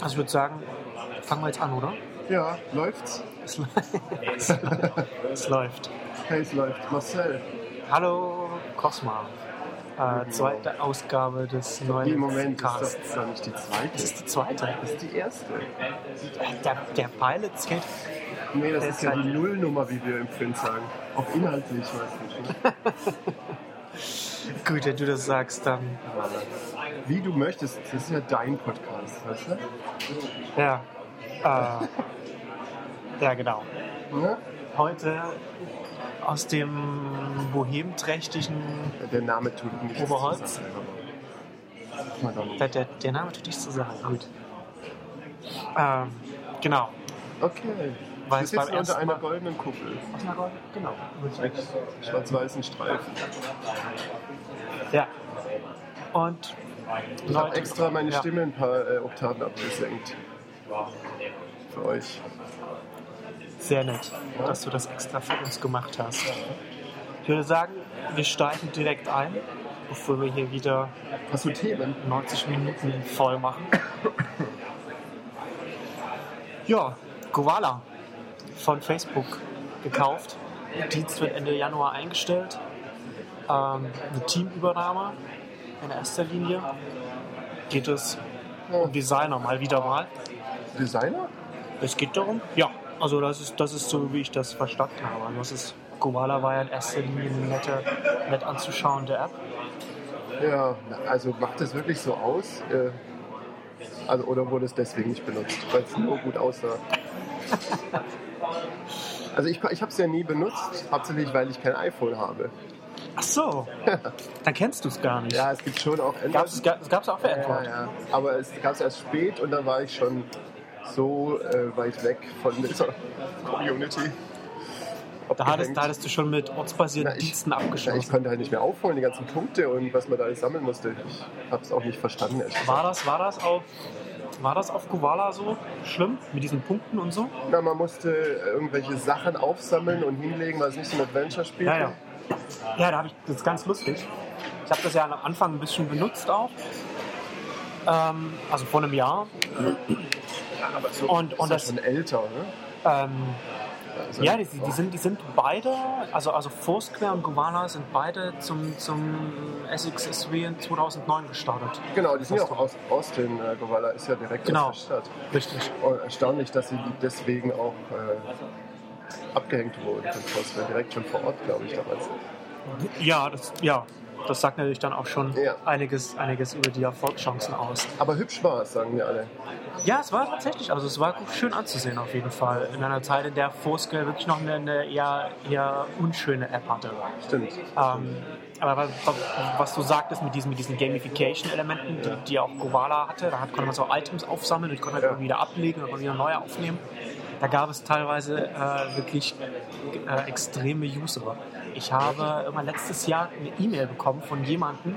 Also ich würde sagen, fangen wir jetzt an, oder? Ja, läuft's? Es, lä- es läuft. Hey, es läuft. Marcel, Hallo Cosma. Äh, Guten zweite Ausgabe des neuen die im Moment ist das Casts. zwar nicht die Das zweite, ist die zweite. das ist die erste. Der, der Pilot zählt. Nee, das Der ist ja zweite. die Nullnummer, wie wir im Print sagen. Auch inhaltlich, weiß nicht. Gut, wenn du das sagst, dann. Wie du möchtest, das ist ja dein Podcast, weißt du? Ja. Äh, ja, genau. Ne? Heute aus dem bohemträchtigen Der Name tut nichts. Oberholz? zur Sache. Mal doch nicht. Der, der, der Name tut nichts zu sagen, gut. Ähm, genau. Okay. Weil Wir es beim sitzen unter ersten einer Mal- goldenen Kuppel. Osnabrück, genau. Schwarz-weißen Streifen. Ja. Und Ich habe extra meine ja. Stimme ein paar äh, Oktaven abgesenkt. Für euch. Sehr nett, dass du das extra für uns gemacht hast. Ich würde sagen, wir steigen direkt ein, bevor wir hier wieder Hast du Themen? 90 Minuten voll machen. Ja, Koala von Facebook gekauft. Dienst wird Ende Januar eingestellt. Ähm, eine Teamübernahme in erster Linie. Geht es um Designer mal wieder mal. Designer? Es geht darum? Ja, also das ist, das ist so, wie ich das verstanden habe. Also das ist, Koala war ja in erster Linie eine nette, nett anzuschauende App. Ja, na, also macht das wirklich so aus? Äh, Also, oder wurde es deswegen nicht benutzt, weil es nur gut aussah? Also ich, ich habe es ja nie benutzt, hauptsächlich weil ich kein iPhone habe. Ach so, dann kennst du es gar nicht. Ja, es gibt schon auch Android. Gab's, gab es gab's auch für ja, Android. ja. Aber es gab es erst spät und dann war ich schon so äh, weit weg von dieser Community. Da, hattest, da hattest du schon mit Na, ortsbasierten ich- Diensten Ja, ich abgeschlossen. konnte halt nicht mehr aufholen, die ganzen Punkte und was man da alles sammeln musste. Ich habe es auch nicht verstanden. ehrlich gesagt. War das, war das auf. War das auf Koala so schlimm mit diesen Punkten und so? Na, man musste äh, irgendwelche Sachen aufsammeln und hinlegen, weil es nicht so ein Adventure-Spiel Ja, ja. war. Ja, da habe ich das ist ganz lustig. Ich habe das ja am Anfang ein bisschen benutzt auch. Ähm, also vor einem Jahr. Aber so Und- ist und ja das- schon älter, ne? Ähm, Also- Ja, die, die, sind, die sind beide, also, also Foursquare und Govala sind beide zum, zum SXSW in 2009 gestartet. Genau, die sind ja auch aus Austin. Äh, Govala ist ja direkt Genau. aus der Stadt. Richtig. Oh, erstaunlich, dass sie deswegen auch äh, abgehängt wurden von Foursquare. Direkt schon vor Ort, glaube ich, damals. Ja, das, ja, das sagt natürlich dann auch schon Ja. einiges, einiges über die Erfolgschancen aus. Aber hübsch war es, sagen wir alle. Ja, es war tatsächlich, also es war gut, schön anzusehen auf jeden Fall. In einer Zeit, in der Foursquare wirklich noch eine, eine eher, eher unschöne App hatte. Stimmt. Ähm, aber wa- wa- was du sagtest mit diesen, mit diesen Gamification-Elementen, die, die auch Kovala hatte, da hat, konnte man so Items aufsammeln und die konnte man Ja. irgendwie wieder ablegen und wieder neue aufnehmen. Da gab es teilweise äh, wirklich äh, extreme User. Ich habe immer letztes Jahr eine E-Mail bekommen von jemandem,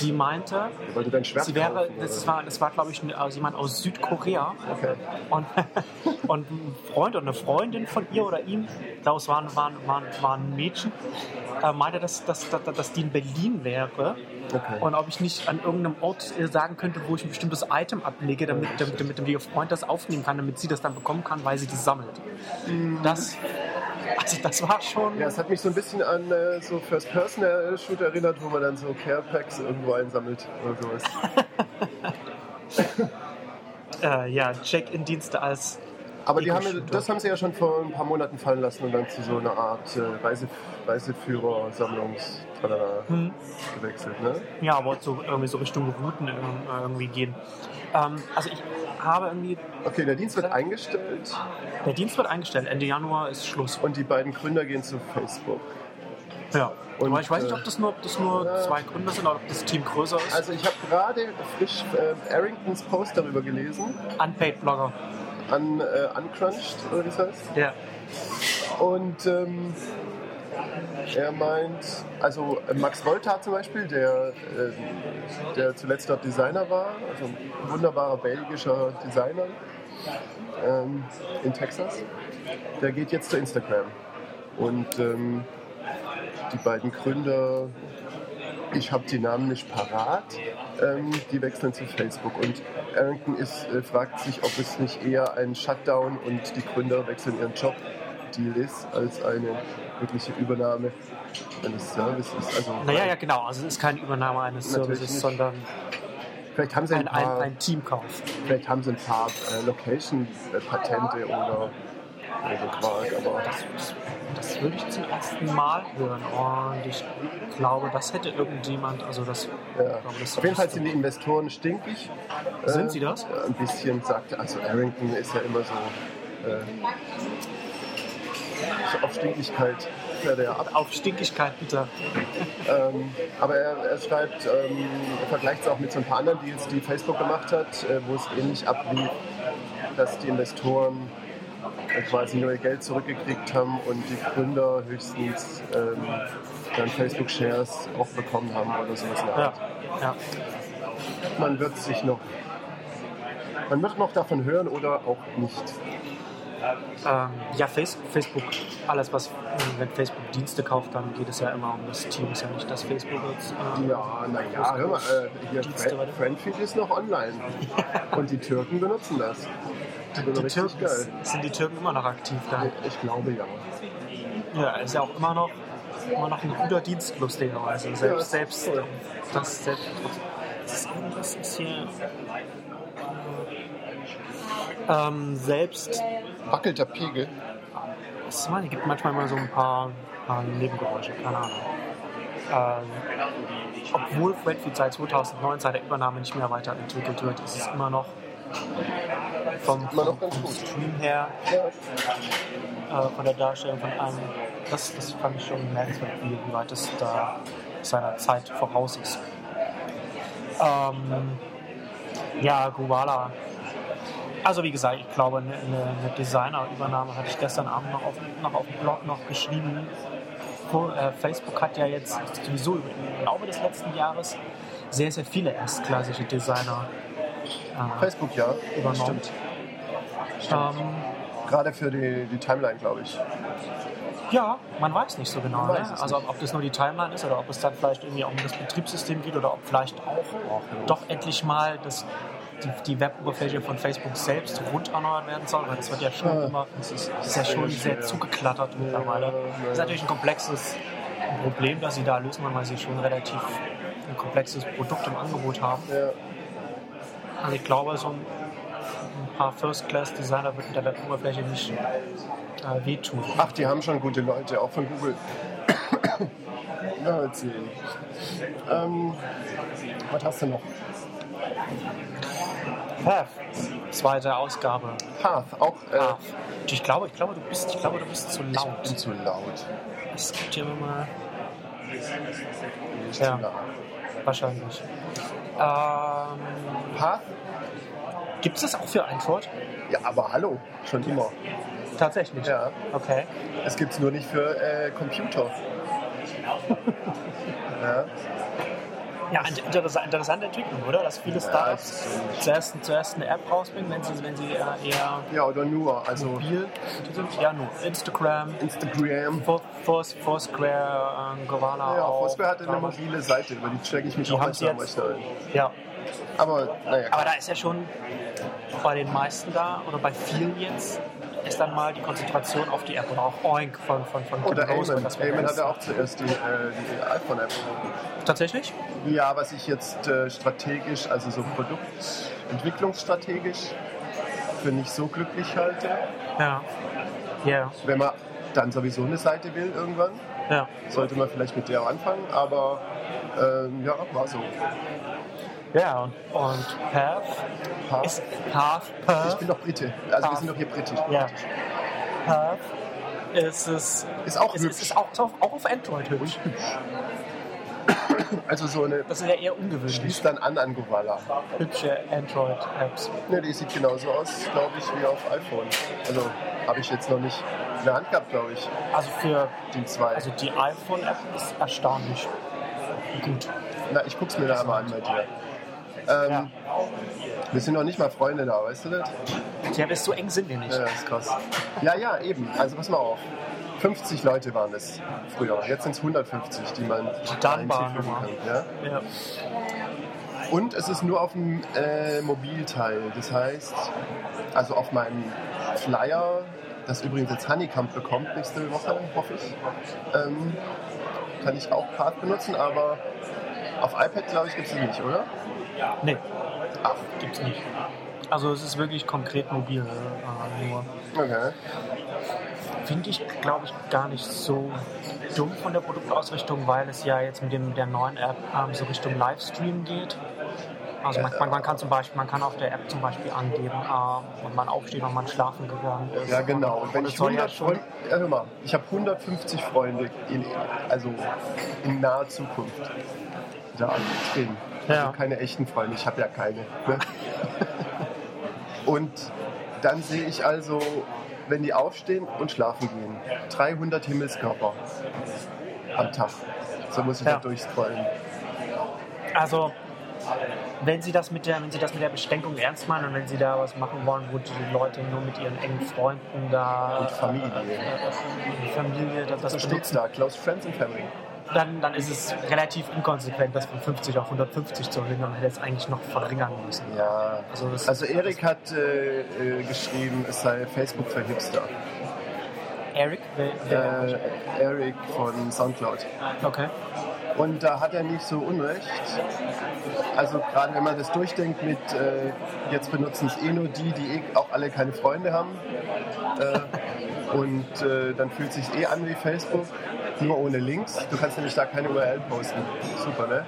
die meinte, Ich wollte dein Schwert sie wäre, kaufen, das oder? war, das war glaube ich, ein- also jemand aus Südkorea, Okay. und, und ein Freund oder eine Freundin von ihr oder ihm, ich glaube, es waren, waren, waren, waren ein Mädchen, äh, meinte, dass, dass, dass, dass die in Berlin wäre. Okay. Und ob ich nicht an irgendeinem Ort äh, sagen könnte, wo ich ein bestimmtes Item ablege, damit, Oh, damit, damit der Freund das aufnehmen kann, damit sie das dann bekommen kann, weil sie die sammelt. Das, also das war schon. Mhm. Ja, es hat mich so ein bisschen an äh, so First-Person-Shooter erinnert, wo man dann so Care-Packs irgendwo einsammelt oder sowas. Äh, ja, Check-in-Dienste als. Aber die Ego-Shooter. haben, das haben sie ja schon vor ein paar Monaten fallen lassen und dann zu so einer Art äh, Reise, Reiseführer-Sammlungs äh, Hm. gewechselt, ne? Ja, aber so, irgendwie so Richtung Routen äh, irgendwie gehen. Ähm, also ich habe irgendwie Okay, der Dienst wird eingestellt Der Dienst wird eingestellt. Ende Januar ist Schluss. und die beiden Gründer gehen zu Facebook. Ja. Und, Aber ich weiß nicht, äh, ob das nur, ob das nur ja. zwei Gründe sind oder ob das Team größer ist. Also ich habe gerade frisch äh, Arringtons Post darüber gelesen, Unpaid Blogger. an äh, Uncrunched oder wie es heißt. Ja. Und ähm, er meint, also äh, Max Volta zum Beispiel, der, äh, der zuletzt dort Designer war, also ein wunderbarer belgischer Designer ähm, in Texas, der geht jetzt zu Instagram. Und ähm, die beiden Gründer, ich habe die Namen nicht parat, ähm, die wechseln zu Facebook. Und Arrington ist, äh, fragt sich, ob es nicht eher ein Shutdown und die Gründer wechseln ihren Job Deal ist, als eine wirkliche Übernahme eines Services. Also Naja, ja, genau. Also es ist keine Übernahme eines Natürlich Services, nicht. sondern vielleicht haben sie ein, ein ein, paar, ein Teamkauf. vielleicht haben sie ein paar äh, Location-Patente oder, oder so Quark, aber Das, das würde ich zum ersten Mal hören. Und ich glaube, das hätte irgendjemand, also das, Ja. ich glaube, das Auf jeden Fall sind die Investoren stinkig. Äh, Sind sie das? Ein bisschen sagte, also Arrington ist ja immer so äh, auf Stinkigkeit fährt er ab. auf Stinkigkeit bitte. Ähm, aber er, er schreibt, ähm, er vergleicht es auch mit so ein paar anderen Deals, die Facebook gemacht hat, äh, wo es ähnlich ablief, dass die Investoren äh, quasi nur ihr Geld zurückgekriegt haben und die Gründer höchstens ähm, dann Facebook-Shares auch bekommen haben oder sowas. in der Ja. Art. ja. Man wird sich noch. Man wird noch davon hören oder auch nicht. Ähm, ja, Face- Facebook, alles was, wenn Facebook Dienste kauft, dann geht es ja immer um das Team. Ist ja nicht, dass Facebook jetzt. ähm, Ja, naja, hör mal, äh, hier Dienste, Fre- warte. Friendfeed ist noch online. Und die Türken benutzen das. Das ist die richtig Türken, geil. sind die Türken immer noch aktiv da? Ich glaube ja. Ja, ist ja auch immer noch, immer noch ein guter Dienst, lustigerweise. also Selbst, Ja, selbst, cool. das selbst. Das ist irgendwas, ist hier. Ähm, selbst. Wackelter Pegel. Was meine, es gibt manchmal mal so ein paar, paar Nebengeräusche, keine Ahnung. Ähm, obwohl Redfeed seit 2009, seit der Übernahme nicht mehr weiterentwickelt wird, ist es immer noch vom, Immer noch vom, ganz vom gut. Stream her Ja. äh, von der Darstellung von einem, das, das fand ich schon bemerkenswert, wie, wie weit es da seiner Zeit voraus ist. Ähm, ja, Guvala. Also wie gesagt, ich glaube, eine, eine eine Designerübernahme hatte ich gestern Abend noch auf, noch auf dem Blog noch geschrieben. Wo, äh, Facebook hat ja jetzt sowieso im Laufe des letzten Jahres sehr, sehr viele erstklassische Designer äh, Facebook ja. übernommen. Stimmt. Ähm, Gerade für die, die Timeline, glaube ich. Ja, man weiß nicht so genau. Man Ne? weiß es Also ob, ob das nur die Timeline ist oder ob es dann vielleicht irgendwie auch um das Betriebssystem geht oder ob vielleicht auch genau. doch endlich mal das, die, die Web-Oberfläche von Facebook selbst rund erneuert werden soll, weil das wird ja schon Ja, immer, das ist, ist ja sehr schon sehr schwer. zugeklattert mittlerweile. ja, Das ist ja. natürlich ein komplexes Problem, das sie da lösen, wollen, weil sie schon relativ ein komplexes Produkt im Angebot haben. Ja. Also ich glaube, so ein ein paar First-Class-Designer würden der Web-Oberfläche nicht äh, wehtun. Ach, die haben schon gute Leute, auch von Google. Na, mal sehen. Ähm, was hast du noch? Path. Zweite Ausgabe. Path, auch. Äh, Path. Ich glaube, ich glaube, du bist, ich glaube, du bist zu Ich bin laut. zu laut. Es gibt ja immer mal Ich bin zu Ja. laut. wahrscheinlich. Ähm, Path? gibt es das auch für Antwort? Ja, aber hallo, schon immer. Tatsächlich. Ja. Okay. Es gibt es nur nicht für äh, Computer. ja. Ja, eine interessa interessante Entwicklung, oder? Dass viele Startups stimmt. zuerst, zuerst eine App rausbringen, wenn sie, wenn sie äh, eher ja, oder nur. Also mobil sind. Ja, nur Instagram, Instagram. Four- Four- Foursquare, ähm, Govala Ja, auch. Foursquare hatte eine damals. mobile Seite, über die checke ich mich Die auch haben's manchmal jetzt. manchmal. Ja, Aber naja, Aber da ist ja schon bei den meisten da oder bei vielen jetzt ist dann mal die Konzentration auf die App oder auch Oink von von von oder Tim Grossman, Eamon. das war Eamon das. hatte auch zuerst die, äh, die iPhone-App. tatsächlich Ja, was ich jetzt äh, strategisch, also so produktentwicklungsstrategisch, für nicht so glücklich halte. ja ja Wenn man dann sowieso eine Seite will irgendwann, ja sollte man vielleicht mit der anfangen, aber ähm, ja, war so. ja und, und Path Path. ist Path Ich Path bin doch Brite. Also wir Path. sind doch hier britisch. ja Path ist es Ist auch es, hübsch. es ist auch, auch auch auf Android hübsch. Also so eine Das ist ja eher ungewöhnlich schließt dann an an Govala. hübsche Android Apps. Ne, die sieht genauso aus, glaube ich, wie auf iPhone. Also habe ich jetzt noch nicht in der Hand gehabt, glaube ich, Also für die zwei. also die iPhone App ist erstaunlich gut. Na, ich guck's mir da mal an bei dir. Ja. Ähm, Wir sind noch nicht mal Freunde da, weißt du das? Die App ist so eng sind wir nicht. Ja, das ist krass. Ja, ja, eben. Also pass mal auf. 50 Leute waren es früher. Jetzt sind es 150, die man Also, Dann war einzufügen Nummer. kann. Ja? Ja. Und es ist nur auf dem äh, Mobilteil. Das heißt, also auf meinem Flyer, das übrigens jetzt Honeycomb bekommt nächste Woche, hoffe ich, ähm, kann ich auch Part benutzen, aber auf iPad, glaube ich, gibt es nicht, oder? Ah, Nee, Ach, gibt's nicht. Also es ist wirklich konkret mobil äh, nur. okay. Finde ich, glaube ich, gar nicht so dumm von der Produktausrichtung, weil es ja jetzt mit dem, der neuen App ähm, so Richtung Livestream geht. Also man, man, man kann zum Beispiel, man kann auf der App zum Beispiel angeben, äh, wann man aufsteht, wann man schlafen gegangen ist. Ja, genau. Und wenn es ich soll ja 100 schon- Freunde, ja, hör mal, ich habe 150 Freunde, in, also in naher Zukunft. Da drin. Ja. Also keine echten Freunde, ich habe ja keine. Ne? und dann sehe ich also, wenn die aufstehen und schlafen gehen, 300 Himmelskörper am Tag. So muss ich Ja. da durchscrollen. Also, wenn Sie das mit der, wenn Sie das mit der Beschränkung ernst meinen und wenn Sie da was machen wollen, wo die Leute nur mit ihren engen Freunden da Und Familie. die Familie das, das So steht's benutzen, da. Close Friends and Family. dann, dann ist es relativ inkonsequent, das von 50 auf 150 zu erhöhen. Man hätte es eigentlich noch verringern müssen. Ja. Also, das, Also Erik hat äh, äh, geschrieben, es sei Facebook für Hipster. Eric, wer, wer, äh, Eric von Soundcloud. okay. Und da hat er nicht so unrecht. Also gerade wenn man das durchdenkt mit, äh, jetzt benutzen es eh nur die, die eh auch alle keine Freunde haben. Äh, und äh, dann fühlt sich eh an wie Facebook, nur ohne Links. Du kannst nämlich da keine URL posten. Super, ne?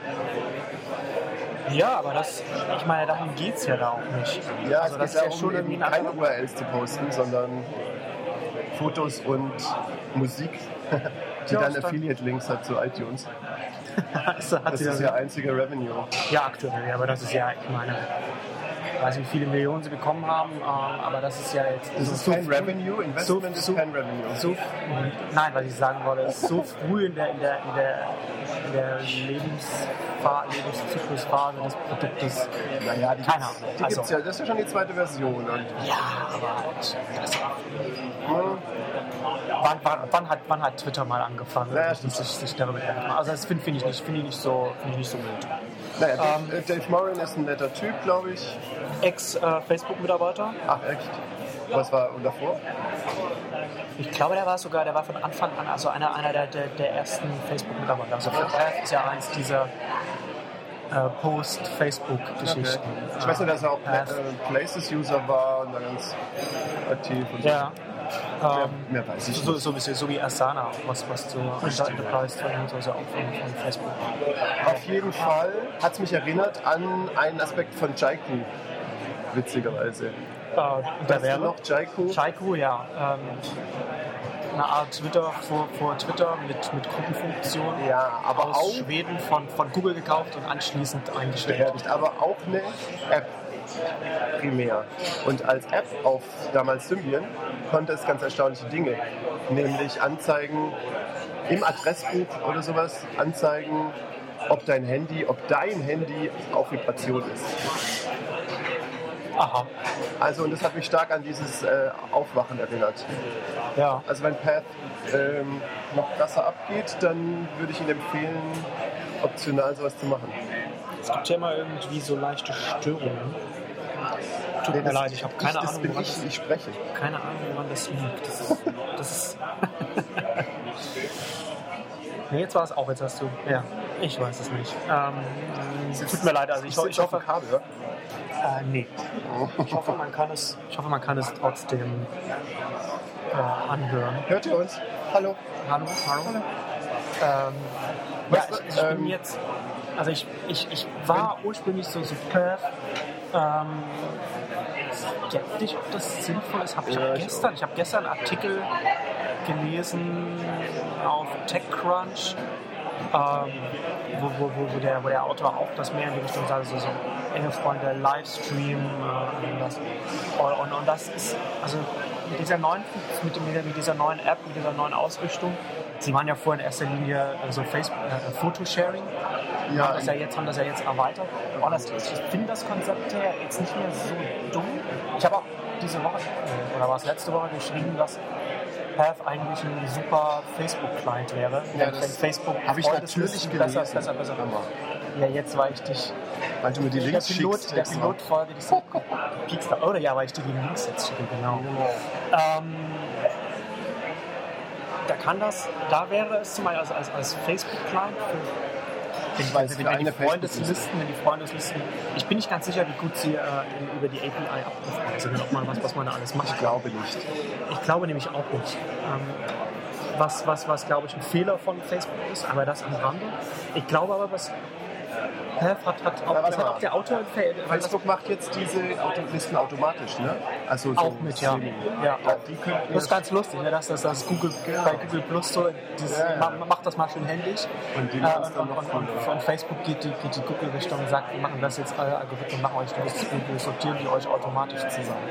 Ja, aber das, ich meine, darum geht es ja da auch nicht. Ja, also, das es geht ist ja darum, schon irgendwie eben ein keine anderer. URLs zu posten, sondern Fotos und Musik, die Ja, dann ist dann- Affiliate-Links hat zu iTunes. Also hat Das sie ist das ja einziger Revenue. Ja, aktuell, ja, aber das ist ja, ich meine, ich weiß nicht, wie viele Millionen sie bekommen haben, ähm, aber das ist ja jetzt. Das ist Also kein Revenue, Investment so- ist so- kein Revenue. So, nein, was ich sagen wollte, ist so früh in der, in der, in der, in der Lebensphase, Lebenszyklusphase des Produktes. Naja, Keine die, gibt's, Ahnung. die Also- gibt's ja, das ist ja schon die zweite Version. Und, Ja, aber halt, das, hm, wann, wann, wann, hat, wann hat Twitter mal angefangen, Ja, sich, sich, sich darüber Gedanken zu machen? Also, das finde find ich, nicht- finde ich nicht so, finde ich nicht so gut. naja, Dave, äh, Dave Morin ist ein netter Typ, glaube ich. Ex-Facebook-Mitarbeiter. Ach, echt? Was war und davor? Ich glaube, der war sogar, der war von Anfang an, also einer, einer der, der, der ersten Facebook-Mitarbeiter. Also Flair ist ja eins dieser äh, Post-Facebook-Geschichten. Ich weiß nur, dass er auch Ja. äh, Places-User war und da ganz aktiv und so. Ja. Ähm, Mehr weiß ich so, nicht. so, ein bisschen, so wie Asana, was, was zu Enterprise Training, also auch von, von Facebook. Auf jeden Fall hat es mich erinnert an einen Aspekt von Jaiku, witzigerweise. Äh, da Weißt du wäre noch Jaiku? Chaiku, ja. Ähm, eine Art Twitter vor, vor Twitter mit, mit Gruppenfunktion. Ja, aber aus auch Schweden von, von Google gekauft und anschließend eingestellt. beherbergt, aber auch eine App primär. Und als App auf damals Symbian konnte es ganz erstaunliche Dinge, nämlich anzeigen im Adressbuch oder sowas, anzeigen, ob dein Handy, ob dein Handy auf Vibration ist. Aha, Also und das hat mich stark an dieses äh, Aufwachen erinnert. ja. Also wenn Path ähm, noch krasser abgeht, dann würde ich Ihnen empfehlen, optional sowas zu machen. Es gibt ja immer irgendwie so leichte Störungen. Tut Nee, mir das- leid, ich habe keine, ich, das Ahnung, bin woran ich, das- ich spreche. keine Ahnung, woran das liegt. Das ist. Das ist nee, jetzt war es auch, jetzt hast du. Ja, ich weiß es nicht. Ähm, tut mir leid, also ich, ho- ich auf dem hoffe. Kabel, oder? Äh, nee. Ich hoffe, man kann es, ich hoffe, man kann es trotzdem äh, anhören. Hört ihr uns? Hallo. Hallo, hallo. Ähm, ja, Was- ich, ich ähm, bin jetzt, also ich, ich, ich war ursprünglich so, so Perth, ähm, skeptisch, ob das sinnvoll ist. Hab ich Ja, auch ich gestern, ich habe gestern einen Artikel gelesen auf TechCrunch, ähm, wo, wo, wo, wo, der, wo der Autor auch das mehr in die Richtung sagt, so, so enge Freunde, Livestream äh, und das. Und, und, und das ist, also mit dieser neuen, mit, dem- mit, der- mit dieser neuen App, mit dieser neuen Ausrichtung, sie waren ja vorher in erster Linie äh, so Facebook, äh, Photosharing, haben Ja, das ja jetzt, haben das ja jetzt erweitert. Und das, ich finde das Konzept her jetzt nicht mehr so dumm. Ich habe auch diese Woche, äh, oder war es letzte Woche, geschrieben, dass Path eigentlich ein super Facebook-Client wäre. Ja, wenn das Facebook habe ich Freundeslisten natürlich besser, gelesen. besser, besser. Hammer. Ja, jetzt war ich dich. Weil du mir die der Links Pilot, schickst. der extra. Pilotfolge, die so gepiekst habe. Oder ja, weil ich dir die Links jetzt schicke, genau. Ähm, da kann das, da wäre es zum Beispiel als, als, als Facebook-Client für Ich weiß, wenn, wenn für die eine Facebook-Liste. Freundeslisten, wenn die Freundeslisten, ich bin nicht ganz sicher, wie gut sie äh, in- über die API abrufbar sind, und ob man Also was, was man da alles macht. Ich glaube nicht. Ich glaube nämlich auch nicht. Ähm, was, was, was glaube ich, ein Fehler von Facebook ist, aber das am Rande. Ich glaube aber, was. Hä, hat, hat, auch, warte was hat mal. auch der Autor im Feld? weil das- Facebook macht jetzt diese Auto Listen automatisch, ne? Also so Auch mit, ja. Streaming. ja. Die könnten Das ist ganz lustig, ne? dass das, das Google, bei Google Plus so, dieses, Ja, ja. ma- Man macht das mal schön händisch. Und die Äh, machen es und, dann und, noch und, von. und von Facebook geht die, geht die Google-Richtung und sagt, wir machen das jetzt, eure Algorithmen machen euch bewusst, wir sortieren die euch automatisch zusammen.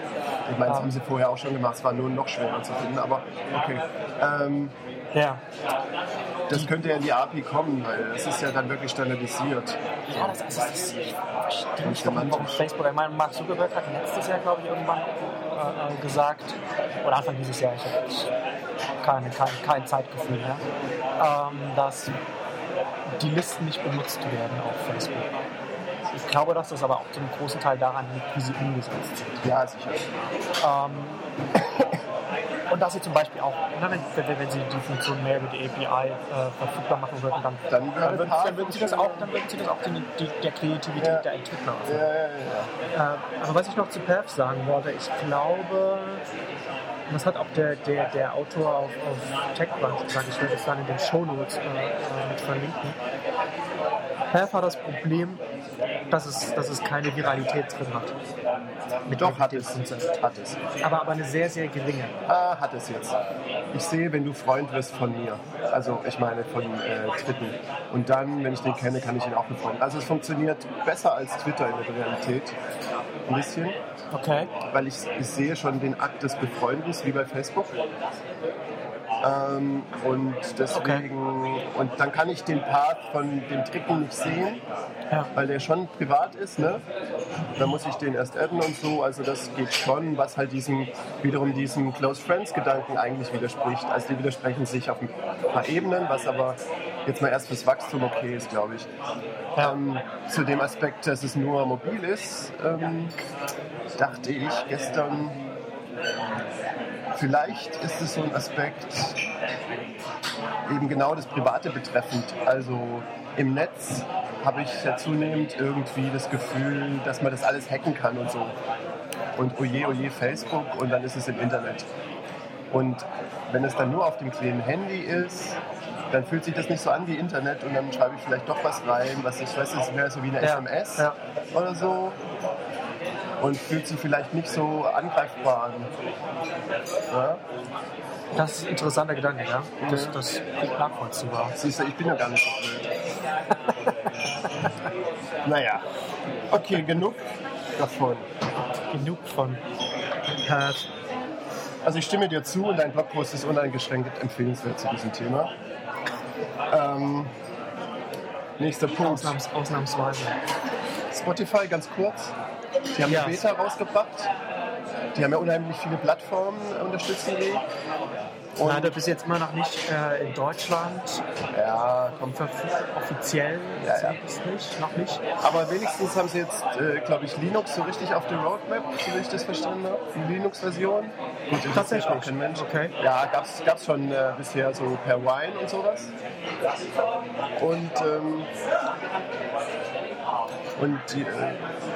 Ich meine, das haben sie vorher auch schon gemacht. Es war nur noch schwerer zu finden, aber okay. Ähm, Ja. das könnte ja in die API kommen, weil das ist ja dann wirklich standardisiert. Ja, das, also, das verstehe ich Ganz doch nicht, warum semantisch. Facebook. Ich meine, Mark Zuckerberg hat letztes Jahr, glaube ich, irgendwann äh, äh, gesagt, oder Anfang dieses Jahr, ich habe jetzt keine, kein, kein Zeitgefühl mehr, ähm, dass die Listen nicht benutzt werden auf Facebook. Ich glaube, dass das aber auch zum großen Teil daran liegt, wie sie umgesetzt sind. Ja, sicher. Ähm, und dass sie zum Beispiel auch, na, wenn, wenn, wenn sie die Funktion mehr über die API äh, verfügbar machen würden, dann, Dann würde würden, Park- dann würden sie das auch, dann würden sie das auch den, die, der Kreativität Ja. der Entwickler öffnen. Ja, ja, ja. Äh, aber was ich noch zu Perf sagen wollte, ich glaube, und das hat auch der, der, der Autor auf, auf TechCrunch gesagt, ich werde es dann in den Shownotes äh, äh, mit verlinken. Perf hat das Problem, dass es, dass es keine Viralität drin hat. Mit Doch, hat dem es. Konzept. Hat es. Aber, aber eine sehr, sehr geringe. Ah, hat es jetzt. Ich sehe, wenn du Freund wirst von mir. Also ich meine von äh, Dritten. Und dann, wenn ich den kenne, kann ich ihn auch befreunden. Also es funktioniert besser als Twitter in der Realität. Ein bisschen. Okay. Weil ich, ich sehe schon den Akt des Befreundens wie bei Facebook. Ähm, und deswegen. Und dann kann ich den Part von dem Dritten nicht sehen, Ja. weil der schon privat ist, ne? Dann muss ich den erst adden und so. Also das geht schon, was halt diesem wiederum diesem Close Friends Gedanken eigentlich widerspricht. Also die widersprechen sich auf ein paar Ebenen, was aber jetzt mal erst fürs Wachstum okay ist, glaube ich. Ähm, zu dem Aspekt, dass es nur mobil ist, ähm, dachte ich gestern, vielleicht ist es so ein Aspekt, eben genau das Private betreffend. Also im Netz habe ich ja zunehmend irgendwie das Gefühl, dass man das alles hacken kann und so. Und oje, oje, Facebook und dann ist es im Internet. Und wenn es dann nur auf dem kleinen Handy ist, dann fühlt sich das nicht so an wie Internet und dann schreibe ich vielleicht doch was rein, was ich weiß, es wäre so wie eine Ja, SMS ja. oder so. Und fühlt sich vielleicht nicht so angreifbar an. Ja? Das ist ein interessanter Gedanke, ja. Das, Mhm. das klingt nachvollziehbar. Siehst du, ich bin ja gar nicht so blöd. naja. Okay, genug davon. Genug von Perf. Also ich stimme dir zu und dein Blogpost ist uneingeschränkt empfehlenswert zu diesem Thema. Ähm, nächster Punkt. Ausnahms, ausnahmsweise. Spotify ganz kurz. Die haben Ja. eine Beta rausgebracht. Die haben ja unheimlich viele Plattformen äh, unterstützen die. Und Leider bis jetzt immer noch nicht äh, in Deutschland ja, komm. Ver- offiziell Ja, ja. zumindest nicht, noch nicht. Aber wenigstens haben sie jetzt, äh, glaube ich, Linux so richtig auf der Roadmap, so wie ich das verstanden habe. Die Linux-Version. Gut, interessiert auch kein Mensch. Okay. Ja, gab's gab's schon äh, bisher so per Wine und sowas. Und, ähm, und die, äh,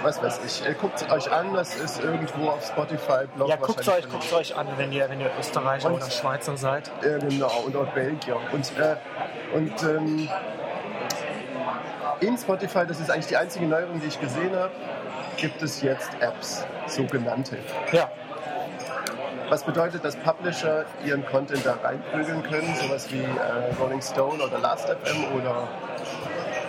was weiß ich, äh, guckt euch an, das ist irgendwo auf Spotify, Blog Ja, guckt wahrscheinlich euch, guckt euch an, wenn ihr, wenn ihr Österreicher Und- oder Schweizer seid. äh, genau, und auch Belgier. Und, äh, und ähm, in Spotify, das ist eigentlich die einzige Neuerung, die ich gesehen habe, gibt es jetzt Apps, sogenannte. Ja, Was bedeutet, dass Publisher ihren Content da reinprügeln können, sowas wie äh, Rolling Stone oder Last.fm oder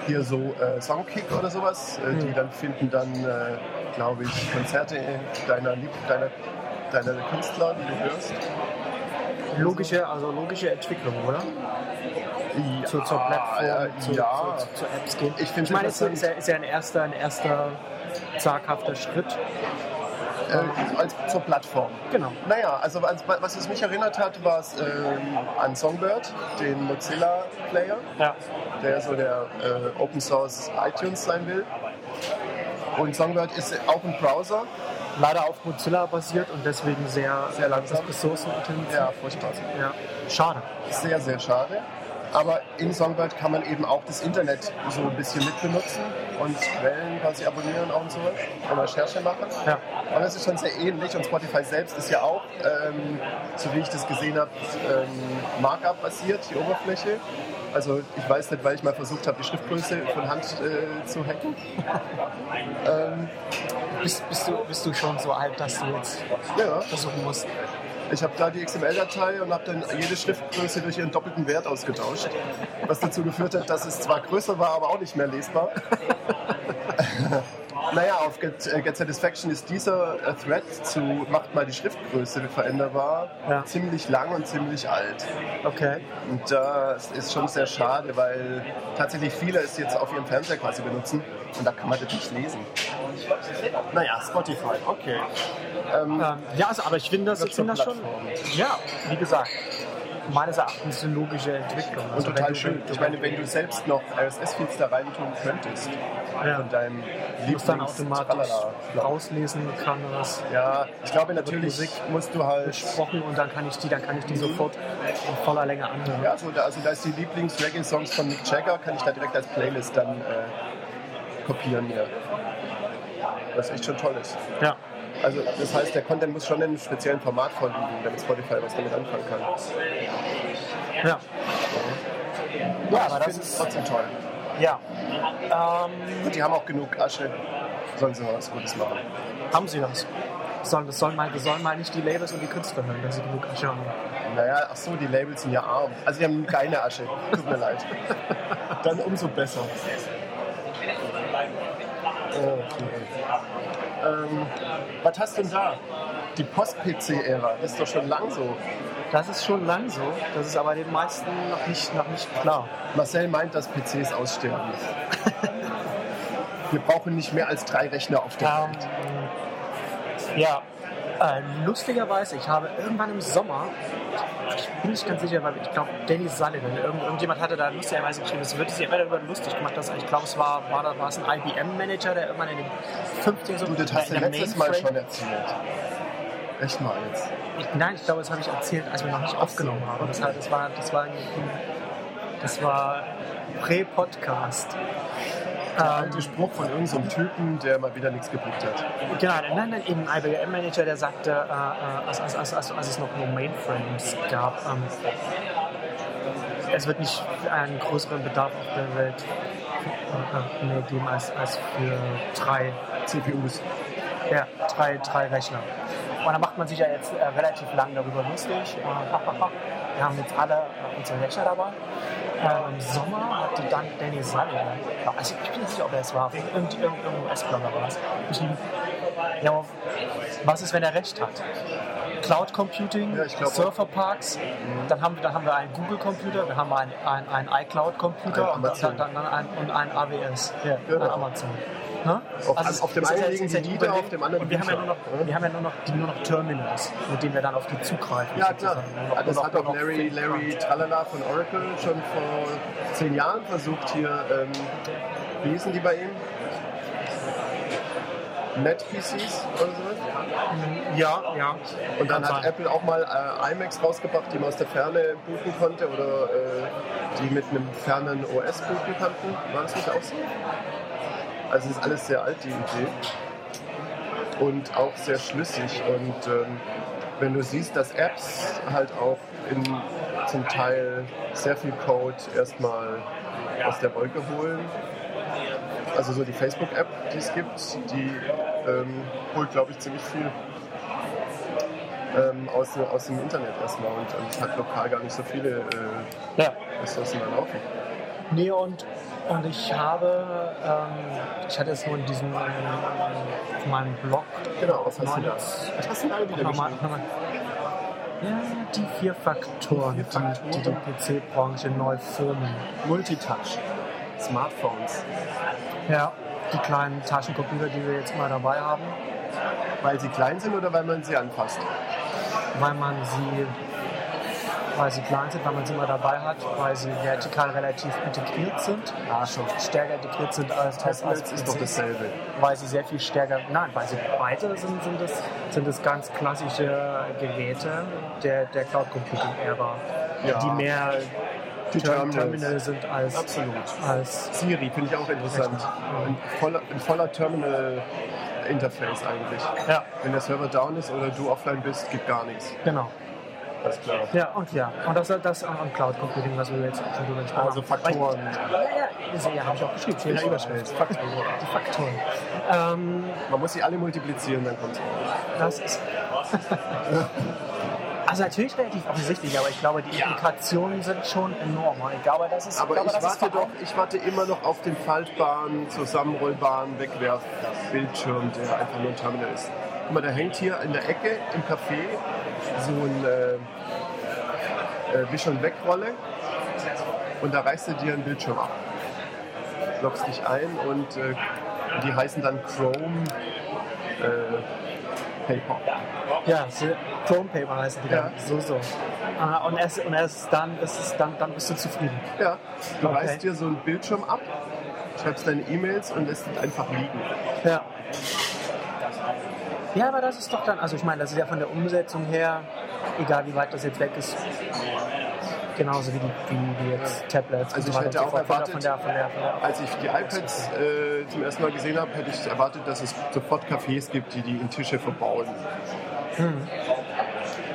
hier so äh, Songkick oder sowas. Äh, Hm. Die dann finden dann, äh, glaube ich, Konzerte deiner, Lieb deiner, deiner Künstler, die du hörst. logische, also logische Entwicklung, oder? Zur, zur Plattform, ja, zu, ja. zu, zu, zu Apps gehen. Ich find's meine, es ist ja, interessant. ist ja ein erster, ein erster zaghafter Schritt. äh, als, zur Plattform. Genau. Naja, also als, was es mich erinnert hat, war es ähm, an Songbird, den Mozilla Player, Ja. der so der äh, Open Source iTunes sein will. Und Songbird ist auch ein Browser. Leider auf Mozilla basiert und deswegen sehr, Sehr langsam. ressourcenintensiv. Ja, furchtbar. ja. Schade. Sehr, sehr schade. Aber in Songbird kann man eben auch das Internet so ein bisschen mitbenutzen und Quellen quasi abonnieren und auch und sowas und Recherche machen. Ja. Und das ist schon sehr ähnlich und Spotify selbst ist ja auch, ähm, so wie ich das gesehen habe, ähm, Markup-basiert, die Oberfläche. Also ich weiß nicht, weil ich mal versucht habe, die Schriftgröße von Hand äh, zu hacken. ähm, Bist, bist, du, bist du schon so alt, dass du jetzt ja, versuchen musst? ich habe da die XML-Datei und habe dann jede Schriftgröße durch ihren doppelten Wert ausgetauscht, was dazu geführt hat, dass es zwar größer war, aber auch nicht mehr lesbar. Naja, auf Get, äh, Get Satisfaction ist dieser äh, Thread zu Macht mal die Schriftgröße veränderbar Ja. ziemlich lang und ziemlich alt. Okay. Und das ist schon sehr schade, weil tatsächlich viele es jetzt auf ihrem Fernseher quasi benutzen und da kann man das nicht lesen. Naja, Spotify, Also okay. Ähm, Ähm, ja, also, aber ich finde das, Wird ich finde das zur schon, Plattform. ja, wie gesagt, meines Erachtens eine logische Entwicklung. und Also, wenn total du- schön. Ich meine, wenn du selbst noch RSS-Feeds da rein tun könntest ja, und deinem du musst dann automatisch Lieblings-Tralala-Blog. rauslesen kann was Ja, ich glaube natürlich Musik musst du halt gesprochen und dann kann ich die, dann kann ich Mhm. die sofort in voller Länge anhören. Ja, so da, also da ist die Lieblings-Reggae-Songs von Mick Jagger, kann ich da direkt als Playlist dann äh, kopieren hier. Was echt schon toll ist. Ja. Also das heißt, der Content muss schon in einem speziellen Format vorliegen, damit Spotify was damit anfangen kann. ja. ja. Ja, aber ich das finde es ist- trotzdem toll. Ähm, Gut, die haben auch genug Asche, sollen sie mal was Gutes machen. haben sie das? Sollen, das sollen mal, sollen mal nicht die Labels und die Künstler hören, dass sie genug Asche haben. Naja, ach so, die Labels sind ja arm. Also die haben keine Asche, tut mir leid. Dann umso besser. Okay. Ähm, was hast du denn da? Die Post-PC-Ära, das ist doch schon lang so. Das ist schon lang so, das ist aber den meisten noch nicht, noch nicht klar. Marcel meint, dass PCs aussterben. Wir brauchen nicht mehr als drei Rechner auf der Ähm, Welt. ja, äh, lustigerweise, ich habe irgendwann im Sommer, ich bin nicht ganz sicher, weil ich glaube, Danny Sullivan, irgend, irgendjemand hatte da lustigerweise geschrieben, es wird sich immer darüber lustig gemacht, dass ich glaube, es war, war, da- war es ein IBM-Manager, der irgendwann in den 50 so Du, das in hast du der letztes Mal Mainframe- schon erzählt. Echt mal jetzt. Ich, nein, ich glaube, das habe ich erzählt, als wir noch nicht aufgenommen haben. Das, war- das war, das war, das war Prä-Podcast. Ähm, Alte Spruch von irgendeinem Typen, der mal wieder nichts gebucht hat. Genau, dann dann eben ein IBM-Manager, der sagte, äh, äh, als, als, als, als, als es noch nur Mainframes gab, ähm, es wird nicht einen größeren Bedarf auf der Welt äh, mehr geben als, als für drei, CPUs. ja, drei, drei Rechner. Und da macht man sich ja jetzt äh, relativ lang darüber lustig. Äh, wir haben jetzt alle äh, unsere Rechner dabei. Äh, Im Sommer hatte dann Danny Sullivan, also ich bin nicht sicher, ob er es war, irgend- irgendein irgendein US-Blogger war es, geschrieben, ja, aber was ist, wenn er recht hat? Cloud Computing, Ja, ich glaub auch. Mhm. Surferparks, dann, haben, wir- dann haben wir einen Google-Computer, wir haben einen, einen, einen iCloud-Computer Ein und dann, Amazon. dann, dann einen, und einen AWS, ja, Genau. einen Amazon. Ne? Auf- auf dem es ist einen ja- liegen es ist ja die Lieder, überlegt. auf dem anderen und wir haben ja Bücher, nur noch, oder? wir haben ja nur noch, die, nur noch Terminals, mit denen wir dann auf die zugreifen. Ja, klar. sozusagen. Nur noch- Das nur hat noch- auch nur noch Larry, Fake Larry Tralala von Oracle schon vor zehn Jahren versucht hier. Ähm, wie hießen die bei ihm? NetPCs oder sowas. Crunch. Ja, ja. Und dann Kann hat sein. Apple auch mal äh, IMAX rausgebracht, die man aus der Ferne booten konnte oder äh, die mit einem fernen OS booten konnten. War das nicht auch so? Also es ist alles sehr alt, die Idee. Und auch sehr schlüssig. Und ähm, wenn du siehst, dass Apps halt auch in, zum Teil sehr viel Code erstmal aus der Wolke holen. Also so die Facebook-App, die es gibt, die ähm, holt, glaube ich, ziemlich viel ähm, aus, aus dem Internet erstmal. Und ähm, es hat lokal gar nicht so viele äh, Ja. Ressourcen am Laufen. Nee, und, und ich habe, ähm, ich hatte es nur in diesem, ähm, auf meinem Blog. Genau, was hast du da? Neunz- Was hast du da wieder Nochmal, geschrieben? nochmal. Ja, die vier Faktoren, die, Die vier Faktoren. die die PC-Branche neu firmen. Multitouch. Smartphones. Ja, die kleinen Taschencomputer, die wir jetzt immer dabei haben. Weil sie klein sind oder weil man sie anpasst? weil man sie, weil sie klein sind, weil man sie immer dabei hat, weil sie vertikal relativ integriert sind, Arschloch. stärker integriert sind als Test als Festnetz Ah, ist doch dasselbe. weil sie sehr viel stärker, nein, weil sie breiter sind, sind es, sind es ganz klassische Geräte der, der Cloud Computing Ära, Ja. die mehr Die Term Terminals. Terminal sind als, Absolut. als Siri finde ich auch interessant. Ein voller, ein voller Terminal-Interface eigentlich. ja, Wenn der Server down ist oder du offline bist, gibt gar nichts. genau. Alles klar. Ja, und ja. Und das, das am am Cloud Computing, was wir jetzt schon drüber gesprochen Also haben. Faktoren. Ja, ja, ja habe ich auch geschrieben. Hier ist Überschrift. Faktoren. Die Faktoren. Ähm, Man muss sie alle multiplizieren, dann kommt es raus. das ist. also natürlich relativ offensichtlich, aber ich glaube, die Implikationen sind schon enorm. Und ich glaube, das ist. Aber glaube, ich das ist warte doch, vereint. ich warte immer noch auf den faltbaren, zusammenrollbaren Wegwerfbildschirm, der einfach nur ein Terminal ist. Guck mal, da hängt hier in der Ecke im Café so ein äh, äh, Wisch- und Wegrolle und da reißt du dir einen Bildschirm ab. Lockst dich ein und äh, die heißen dann Chrome äh, Paper. Ja, so Chrome Paper heißen die dann. Ja. So, so. Ah, und erst, und erst dann, ist es, dann, dann bist du zufrieden. Ja, du Okay. reißt dir so einen Bildschirm ab, schreibst deine E-Mails und lässt es einfach liegen. Ja. Ja, aber das ist doch dann, also ich meine, das ist ja von der Umsetzung her, egal wie weit das jetzt weg ist, genauso wie die, wie die jetzt Tablets. Also und ich so weiter hätte und so auch fort. erwartet- Von der, von der, von der, Als ich die iPads äh, zum ersten Mal gesehen habe, hätte ich erwartet, dass es sofort Cafés gibt, die die in Tische verbauen.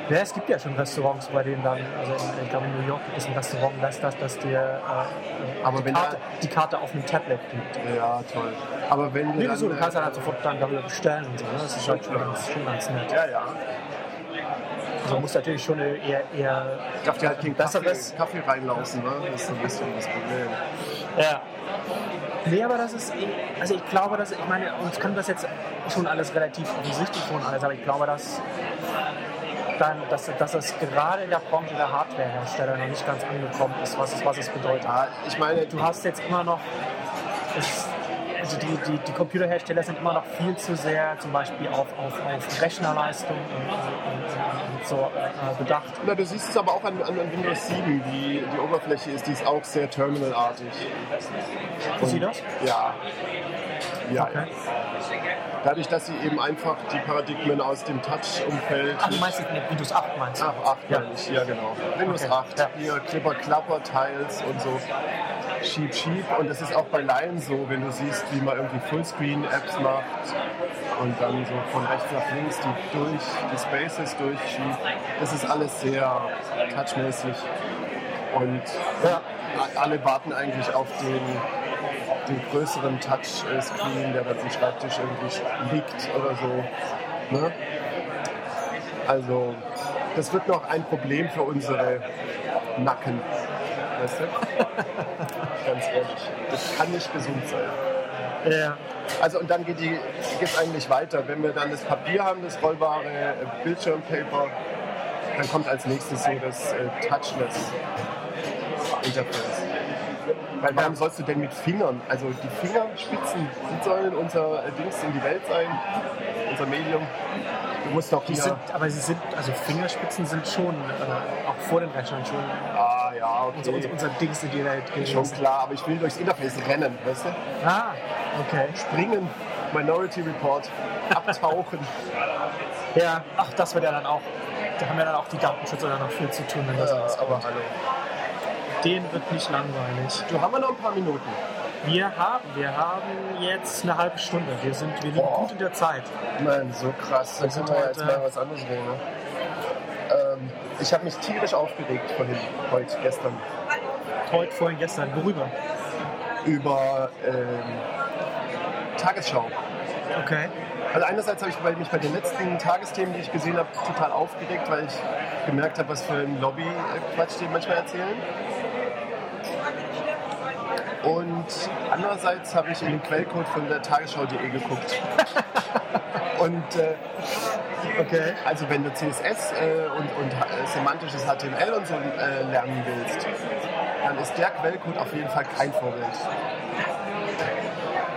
ja, es gibt ja schon Restaurants, bei denen dann, also in, ich glaube in New York gibt es ein Restaurant, das, das, das dir äh, Aber die, wenn Karte, die Karte auf dem Tablet gibt. Ja, toll. Aber wenn du Nee, dann, wieso? Du äh, kannst dann halt sofort dann darüber bestellen und so. Ne? Das ist halt schon ganz, schon ganz nett. äh, ja, ja. Also man muss natürlich schon eher, eher Ich darf dir halt keinen Besseres- Kaffee, Kaffee reinlaufen, ne? Das ist ein bisschen das Problem. Ja. Nee, aber das ist, also ich glaube, dass, ich meine, uns kommt das jetzt schon alles relativ offensichtlich schon alles, aber ich glaube, dass, dann, dass, dass das gerade in der Branche der Hardwarehersteller noch nicht ganz angekommen ist, was es, was es bedeutet. Ja, ich meine, Du hast jetzt immer noch, es, also die, die, die Computerhersteller sind immer noch viel zu sehr zum Beispiel auf, auf, auf Rechnerleistung und, und, und, und so äh, bedacht. na, du siehst es aber auch an, an an Windows 7, wie die Oberfläche ist, die ist auch sehr terminalartig. Ist sie das? Ja. Ja, Okay. ja. Dadurch, dass sie eben einfach die Paradigmen aus dem Touch-Umfeld Ach, du meinst jetzt mit Windows 8 meinst du? Ach, 8 Ja. ja. ich, ja genau. Windows Okay, 8, ja. hier Clipper, Klapper, Tiles und so. Schieb, schieb. Und das ist auch bei Lion so, wenn du siehst, wie man irgendwie Fullscreen-Apps macht und dann so von rechts nach links die durch, die Spaces durchschiebt. Das ist alles sehr touchmäßig. Und Ja. a- alle warten eigentlich auf den, den größeren Touchscreen, der dann am Schreibtisch irgendwie liegt oder so. Ne? Also, das wird noch ein Problem für unsere Nacken. Weißt du? Ganz ehrlich. Das kann nicht gesund sein. Ja. Also, und dann geht es eigentlich weiter. Wenn wir dann das Papier haben, das rollbare äh, Bildschirmpaper, dann kommt als nächstes so das äh, Touchless Interface. Weil warum sollst du denn mit Fingern, also die Fingerspitzen, die sollen unser äh, Dings in die Welt sein, unser Medium. Du musst doch Die hier... sind, aber sie sind, also Fingerspitzen sind schon, äh, auch vor den Rechnern schon, ah, ja, okay. unser, unser, unser Dings in die Welt Schon gewesen. klar, aber ich will durchs Interface rennen, weißt du? Ah, okay. Springen, Minority Report, abtauchen. Ja, ach, das wird ja dann auch, da haben ja dann auch die Datenschützer dann noch viel zu tun, wenn das ja, alles aber halt. hallo. Denen wird nicht langweilig. Du haben wir noch ein paar Minuten. Wir haben, wir haben jetzt eine halbe Stunde. Wir sind, wir liegen Boah. gut in der Zeit. Nein, so krass. Dann Also können wir jetzt heute- mal was anderes reden. ne? Ähm, ich habe mich tierisch aufgeregt vorhin, heute, gestern, Heute, vorhin, gestern, worüber? über ähm, Tagesschau. Okay. Also einerseits habe ich bei- mich bei den letzten Tagesthemen, die ich gesehen habe, total aufgeregt, weil ich gemerkt habe, was für ein Lobby-Quatsch die manchmal erzählen. Und andererseits habe ich in den Quellcode von der Tagesschau.de geguckt. Und äh, Okay. Also wenn du CSS äh, und, und äh, semantisches HTML und so äh, lernen willst, dann ist der Quellcode auf jeden Fall kein Vorbild.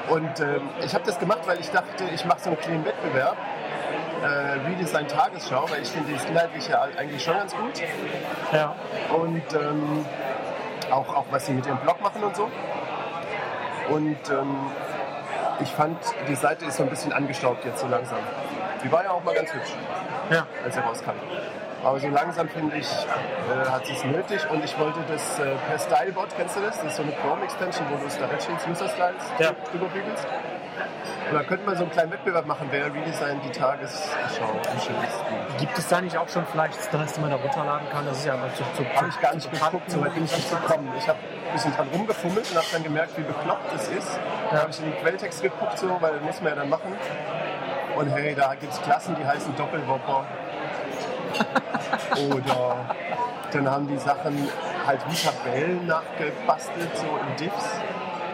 Und ähm, ich habe das gemacht, weil ich dachte, ich mache so einen kleinen Wettbewerb. Äh, Redesign Tagesschau, weil ich finde das Inhaltliche eigentlich schon ganz gut. Ja. Und ähm, auch, auch was sie mit dem Blog machen und so. Und ähm, ich fand, die Seite ist so ein bisschen angestaubt jetzt so langsam. Die war ja auch mal ganz hübsch, Ja. als sie rauskam. Aber so langsam finde ich, äh, hat sie es nötig und ich wollte das äh, per Stylebot, kennst du das? Das ist so eine Chrome-Extension, wo du es direkt ins User-Styles Ja. rüberbügelst. Und da könnte man so einen kleinen Wettbewerb machen, wer Redesign die Tagesschau am schönsten. Gibt es da nicht auch schon vielleicht Styles, die man da runterladen kann? Das ist ja aber zu, zu Habe ich gar nicht bekannt. geguckt, so weit bin ich nicht gekommen. Ich habe ein bisschen dran rumgefummelt und habe dann gemerkt, wie bekloppt es ist. Da habe ich in den Quelltext geguckt, so, weil das muss man ja dann machen. Und hey, da gibt es Klassen, die heißen Doppelwopper. Oder dann haben die Sachen halt wie Tabellen nachgebastelt, so in Diffs.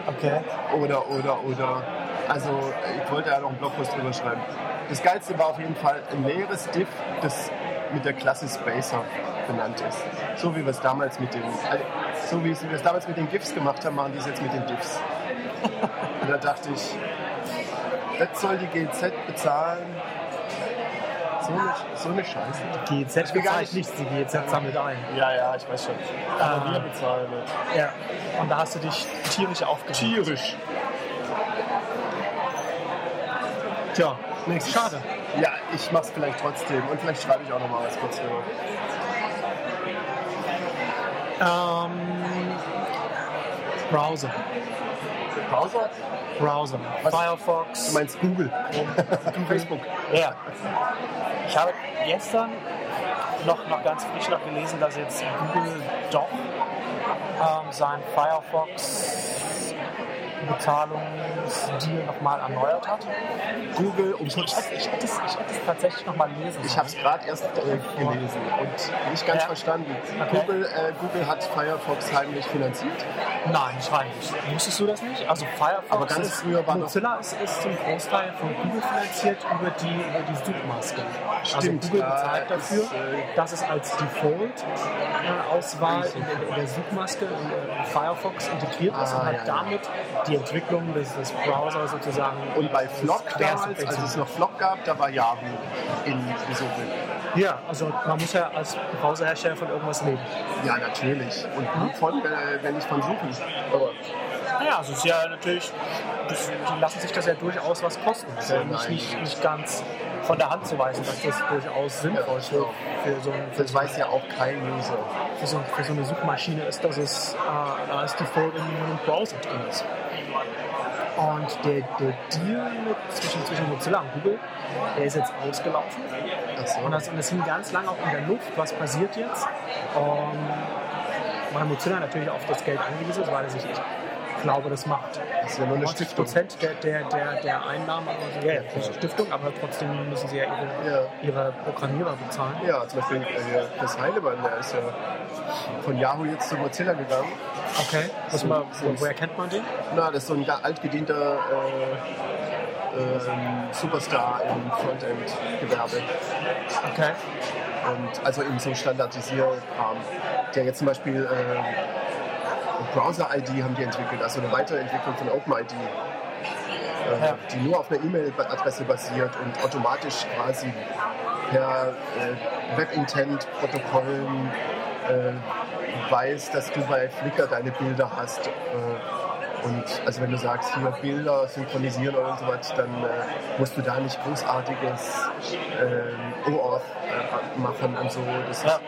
Okay. Oder, oder, oder. Also, ich wollte ja noch einen Blogpost drüber schreiben. Das Geilste war auf jeden Fall ein leeres Diff, das mit der Klasse Spacer benannt ist. So wie wir es damals mit den, äh, so wie wir es damals mit den GIFs gemacht haben, machen die es jetzt mit den Diffs. Und da dachte ich, das soll die GZ bezahlen. So eine, so eine Scheiße. GEZ will gar bezahlt nicht- nichts, die GEZ sammelt ein. Ja, ja, ich weiß schon. Aber wir bezahlen nicht. Ja. Und da hast du dich tierisch aufgeregt. Tierisch. Tja, Nächstes. schade. Ja, ich mach's vielleicht trotzdem. Und vielleicht schreibe ich auch noch mal was kurz drüber. Ähm, Browser. Browser? Browser. Was- Du Firefox. meinst Google? Facebook? Ja. Ich habe gestern noch, noch ganz frisch noch gelesen, dass jetzt Google doch ähm, sein Firefox Bezahlungsdeal nochmal erneuert hat. Google und Schutz. Ich hätte es, ich hätte es tatsächlich nochmal lesen Ich habe sollen. es gerade erst äh, gelesen und nicht ganz Ja. verstanden. Okay. Google, äh, Google hat Firefox heimlich finanziert. Nein, ich war nicht. Wusstest du das nicht? Also Firefox Aber ganz ist, früher war noch- Mozilla ist, ist zum Großteil von Google finanziert über die, über die Suchmaske. Stimmt, also Google ja, bezahlt das, dafür, äh, dass es als Default-Auswahl in, der- in der Suchmaske in, äh, Firefox integriert ist Ah, und hat ja, ja. damit die Entwicklung des, des Browsers sozusagen. also Und bei des Flock Quersubventioniert. damals, als es noch Flock gab, da war Yahoo in Suche. Ja, also man muss ja als Browserhersteller von irgendwas leben. Ja, natürlich. Hm? Und von, äh, wenn nicht von Suchen. Aber Ja, also es ist ja natürlich, das, die lassen sich das ja durchaus was kosten. Das ist ja nicht, nicht, nicht ganz von der Hand zu weisen, dass das durchaus sinnvoll ist für, für, so, ein, für, das weiß ja auch kein User. für, so, für so eine Suchmaschine ist, dass es äh, als Default in einem Browser drin ist. Und der, der Deal mit, zwischen, zwischen Mozilla und Google, der ist jetzt ausgelaufen. Ach so. Und das, und das hing ganz lange auch in der Luft. Was passiert jetzt? Ähm, weil Mozilla natürlich auf das Geld angewiesen ist, weil er sich, ich glaube, das macht Das ist ja nur eine 90 Stiftung. Prozent der, der, der, der Einnahmen, also ja, ja, das ist eine Stiftung, aber trotzdem müssen sie ja ihre, Ja. ihre Programmierer bezahlen. Ja, zum Beispiel äh, das Heilemann, der ist ja von Yahoo jetzt zu Mozilla gegangen. Okay. Was So- man, so- woher kennt man den? Na, das ist so ein ga- altgedienter äh, ähm, Superstar im Frontend-Gewerbe. Okay. Und also eben so Standardisierkram. Der jetzt zum Beispiel äh, Browser-ID haben die entwickelt, also eine Weiterentwicklung von OpenID. Äh, Ja. Die nur auf einer E-Mail-Adresse basiert und automatisch quasi per äh, Web-Intent-Protokollen äh, weiß, dass du bei Flickr deine Bilder hast. Äh, und also wenn du sagst, hier Bilder synchronisieren oder sowas, dann äh, musst du da nicht großartiges äh, OAuth äh, machen und so. Das ist, Ja.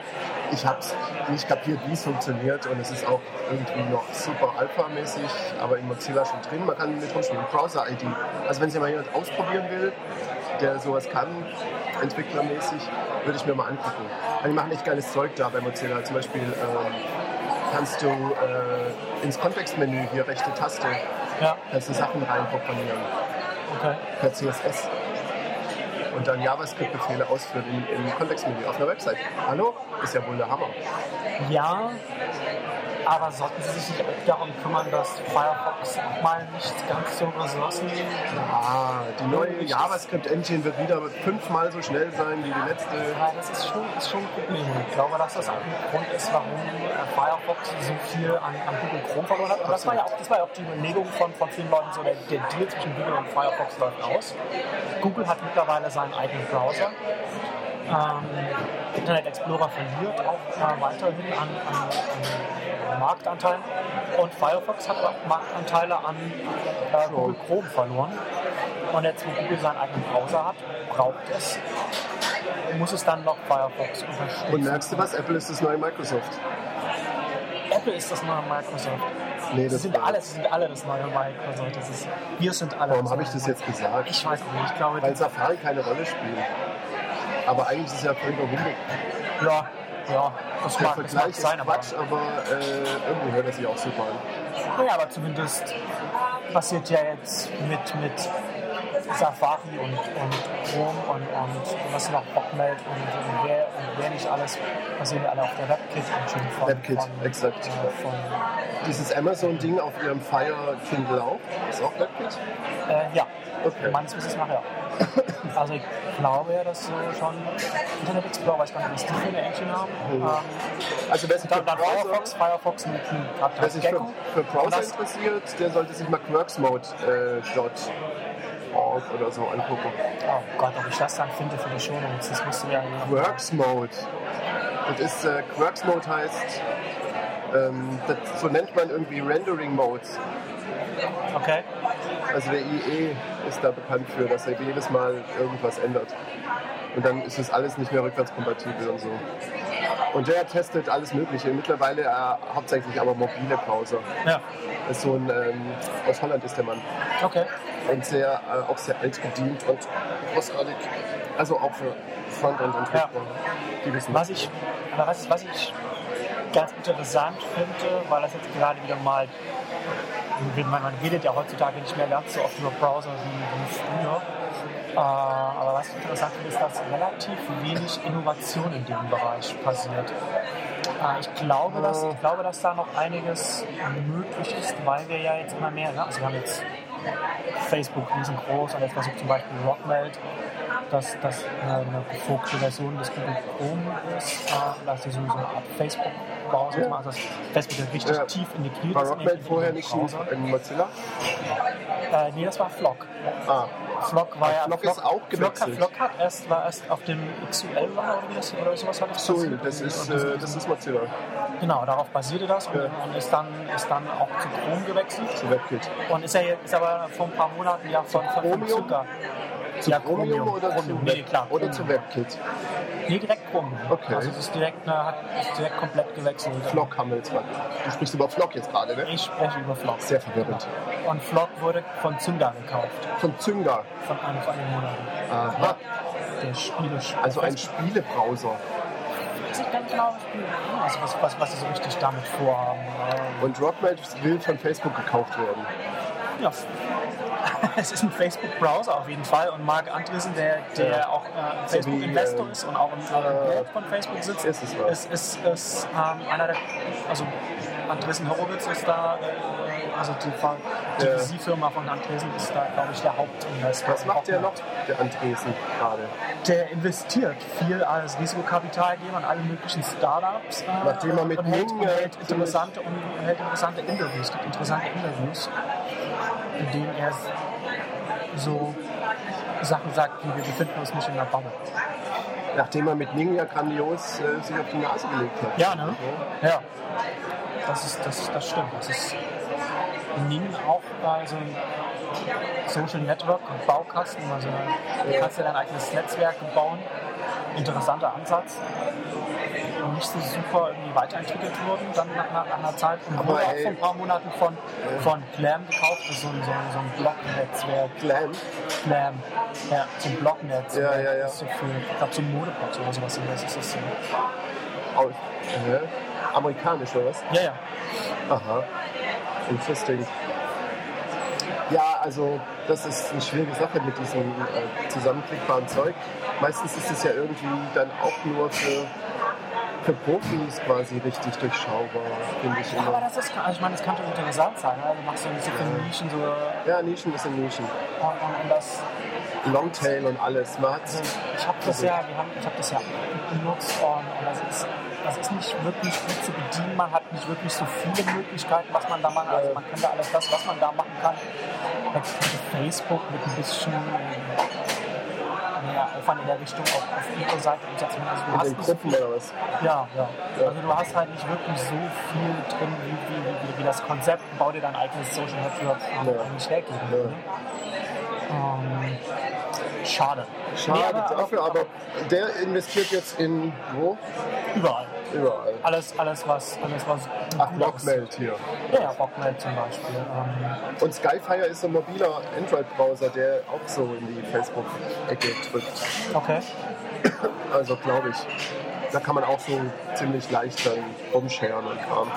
Ich habe es nicht kapiert, wie es funktioniert und es ist auch irgendwie noch super alpha-mäßig, aber in Mozilla schon drin. Man kann mit rumspielen, Browser-ID. Also wenn es ja mal jemand ausprobieren will, der sowas kann, entwicklermäßig, würde ich mir mal angucken. Weil die machen echt geiles Zeug da bei Mozilla. Zum Beispiel ähm, kannst du äh, ins Kontextmenü hier rechte Taste, Ja, kannst du Sachen reinprogrammieren okay. per CSS und dann JavaScript-Befehle ausführen im, im Kontextmenü auf einer Website. Hallo? Ist ja wohl der Hammer. Ja, Aber sollten Sie sich nicht auch darum kümmern, dass Firefox auch mal nicht ganz so Ressourcen Ah, die neue JavaScript-Engine wird wieder fünfmal so schnell sein wie die letzte. Ja, das ist schon, ist schon ein Problem. Ich glaube, dass das auch ein Grund ist, warum äh, Firefox so viel an, an Google Chrome verloren hat. Aber das war ja auch, das war ja auch die Überlegung von, von vielen Leuten, so der, der Deal zwischen Google und Firefox läuft aus. Google hat mittlerweile seinen eigenen Browser. Ähm, Internet Explorer verliert auch äh, weiterhin an, an, an Marktanteilen. Und Firefox hat auch Marktanteile an äh, Google Chrome verloren. Und jetzt, wo Google seinen eigenen Browser hat, braucht es muss es dann noch Firefox unterstützen. Und merkst du was? Apple ist das neue Microsoft. Apple ist das neue Microsoft. Nee, Sie das sind war- alle, sie sind alle das neue Microsoft. Das ist, wir sind alle. Warum habe neue ich das jetzt Microsoft. gesagt? Ich weiß nicht. Ich glaube, Weil Safari keine Rolle spielt. Aber eigentlich ist es ja völliger Humbug. ja, ja, das Der mag, das mag Vergleich ist sein, aber, Quatsch, aber äh, irgendwie hört er sich auch super an. naja, aber zumindest passiert ja jetzt mit, mit Safari und, und Chrome und, und was noch Bockmeld und, und, wer, und wer nicht alles, passieren ja alle auf der WebKit-Engine von, WebKit, von, exakt. äh, von Dieses Amazon-Ding auf ihrem Fire Kindle auch. Ist auch WebKit? Äh, ja, Okay. meines Wissens nach ja. Also ich glaube ja, dass so schon Internet Explorer, weiß gar nicht, was die für eine Engine haben. Mhm. Ähm, Also wer sich für dann, dann Browser, Firefox, Firefox mit einem hat wer das sich für, Gecko. für Und Browser das- interessiert, der sollte sich mal quirksmode.org oder so angucken. Oh Gott, ob ich das dann finde für die Show Notes, das musst du ja irgendwie- Quirks Mode. Das ist, äh, Quirks Mode heißt, ähm, das, so nennt man irgendwie Rendering Modes. Okay. Also der IE ist da bekannt für, dass er jedes Mal irgendwas ändert. Und dann ist das alles nicht mehr rückwärtskompatibel und so. Und der testet alles Mögliche. Mittlerweile äh, hauptsächlich aber mobile Browser. Ja. Das Ist so ein, ähm, aus Holland ist der Mann. Okay. Und sehr, äh, auch sehr alt gedient und großartig. Also auch für Frontend und Ja. Rückwärts. Die wissen Was ich, aber was, was ich ganz interessant finde, weil das jetzt gerade wieder mal, man, man redet ja heutzutage nicht mehr ganz so oft über Browser wie, wie früher. Äh, aber was ich interessant finde, ist, dass relativ wenig Innovation in dem Bereich passiert. Äh, ich, glaube, dass, ich glaube, dass da noch einiges möglich ist, weil wir ja jetzt immer mehr, ne? also wir haben jetzt Facebook riesengroß und jetzt versucht zum Beispiel Rockmelt, dass das eine eine gefogte Version des Google Chrome ist, äh, dass sie so eine Art Facebook-Browser ist, also dass Facebook ja richtig Ja. tief integriert War ist. in den- in Rockman den vorher nicht ein, Browser. ein Mozilla? Äh, nee, das war Flock. Ah, Flock war ja. Flock ist auch gewechselt. Flock, Flock hat erst, war erst auf dem XUL war oder wie das oder sowas hat das sorry, passiert. das Und- ist, und das- äh, das ist Mozilla, genau, darauf basierte das und, Ja. und ist, dann, ist dann auch zu Chrome gewechselt. zu WebKit. Und ist ja jetzt ist aber vor ein paar Monaten ja von, von von Chromium? Zucker. Zu ja, Chromium, oder zu, Nee, Web klar. oder zu Chromium. WebKit? Nee, direkt Chromium. Okay. Also es ist direkt, ne, hat, ist direkt komplett gewechselt. Flock haben wir jetzt mal. Du sprichst über Flock jetzt gerade, ne? Ich spreche über Flock. Sehr verwirrend. Genau. Und Flock wurde von Zynga gekauft, Von Zynga. von einem von einem Monat. Aha. Der Spiele Also ein Spielebrowser. weiß ich ganz genau, was die- was, was, was, was sie so richtig damit vorhaben. Ähm, Und Rockmelt will von Facebook gekauft werden. Ja. Es ist ein Facebook-Browser auf jeden Fall und Mark Andreessen, der, der Ja. auch äh, Facebook-Investor wie, äh, ist und auch im äh, Board von Facebook sitzt, ist es was. ist, ist, ist ähm, einer der, also Andreessen Horowitz ist da, äh, also die, Ver- die Ja. VC-Firma von Andreessen ist da, glaube ich, der Hauptinvestor. Was macht der noch, der Andresen, gerade? Der investiert viel als Risikokapitalgeber in alle möglichen Startups. äh, Nachdem er mit und hält, Ming, und äh, hält interessante und und hält interessante Interviews. Es gibt interessante Interviews, in denen er so Sachen sagt, wie wir befinden uns nicht in der Bubble. Nachdem er mit Ninja grandios äh, sich auf die Nase gelegt hat. Ja, ne? Ja. Das ist, das, das stimmt. Das ist Ning auch bei so einem Social Network und Baukasten. Also du kannst ja dein eigenes Netzwerk bauen. Interessanter Ansatz. Nicht so super irgendwie weiterentwickelt wurden, dann nach, nach, nach einer Zeit und Aber wurde auch ey. vor ein paar Monaten von, von Glam gekauft, das ist so ein, so ein, so ein Blocknetzwerk. Glam. Glam, ja, zum Blocknetz. Ja, ja, ja. Das ist So für, ich glaube, zum Modebox oder sowas. Das ist das so. Aus, äh, amerikanisch, oder was? Ja, ja. Aha. Interesting. Ja, also das ist eine schwierige Sache mit diesem äh, zusammenklickbaren Zeug. Meistens ist es ja irgendwie dann auch nur für für Profis quasi richtig durchschaubar, finde ich Ja, aber immer. das ist, also ich meine, das kann schon interessant sein. Ne? Du machst so ein bisschen Nischen so, und, Ja, Nischen ist ein Nischen. und, und das Longtail und alles. Man hat's- Also ich habe das ja, wir haben, ich habe das ja benutzt und, und das, ist, das ist nicht wirklich gut zu bedienen. Man hat nicht wirklich so viele Möglichkeiten, was man da machen kann. Also man kann da alles das, was man da machen kann. Bei Facebook mit ein bisschen mehr Aufwand in der Richtung auf, auf Eco-Seite umsetzen. Also du mit hast den nicht- Gruppen oder was. ja, ja. Also du hast halt nicht wirklich so viel drin wie, wie, wie, wie das Konzept, bau dir dein eigenes Social Network Ja. eigentlich hergeben. Ja. Ne? Ähm, schade. Schade Nee, aber- dafür, aber der investiert jetzt in wo? Überall. Überall. Alles, alles was, alles was Ach, gut aussieht. Blockmeld hier. Ja, ja, Rockmeld zum Beispiel. Ähm, Und Skyfire ist so ein mobiler Android-Browser, der auch so in die Facebook-Ecke drückt. okay. Also glaube ich. Da kann man auch so ziemlich leicht dann rumscheren und Kram.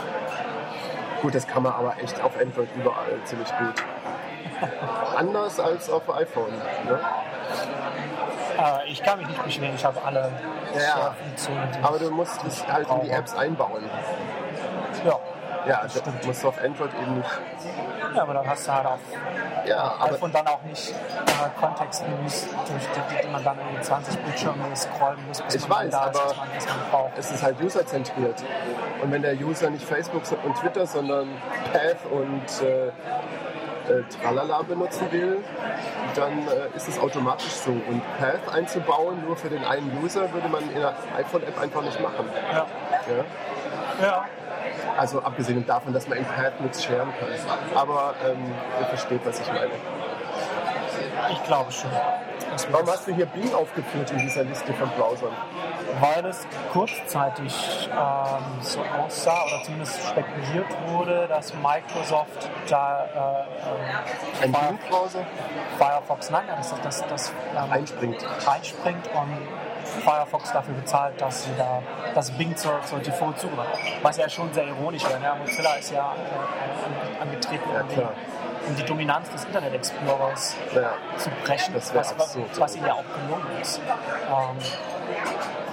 Gut, das kann man aber echt auf Android überall ziemlich gut. Anders als auf iPhone. Ne? Äh, ich kann mich nicht beschweren, ich habe alle Ja, ja. Share-Funktionen. die ich- Aber du musst es halt in die Apps einbauen. ja. Ja, das musst du auf Android eben nicht. ja, aber dann hast du halt auf Ja, aber iPhone dann auch nicht äh, Kontextmenüs, durch die, die man dann in 20 Bildschirme scrollen muss, bis Ich man weiß, da ist, was aber- man, was man braucht. es ist halt userzentriert. Und wenn der User nicht Facebook und Twitter, sondern Path und äh, äh, Tralala benutzen will, dann äh, ist es automatisch so. Und Path einzubauen, nur für den einen User, würde man in der iPhone-App einfach nicht machen. Ja. Ja? ja. Also abgesehen davon, dass man in Path nichts scheren kann. Aber ähm, ihr versteht, was ich meine. Ich glaube schon. dass wir Warum das- hast du hier Bing aufgeführt in dieser Liste von Browsern? weil es kurzzeitig ähm, so aussah oder zumindest spekuliert wurde, dass Microsoft da äh, Ein ähm, Fire, Bing-Browser Firefox, nein, nein, dass das, das ähm, einspringt. einspringt und Firefox dafür bezahlt, dass sie da das Bing zur, zur Default Suche macht. Was ja schon sehr ironisch wäre. Ne? Mozilla ist ja äh, an- angetreten, Ja, um, die, klar. um die Dominanz des Internet Explorers Naja, zu brechen, was, Das wär was, absurd. was ihnen ja auch gelungen ist. Ähm,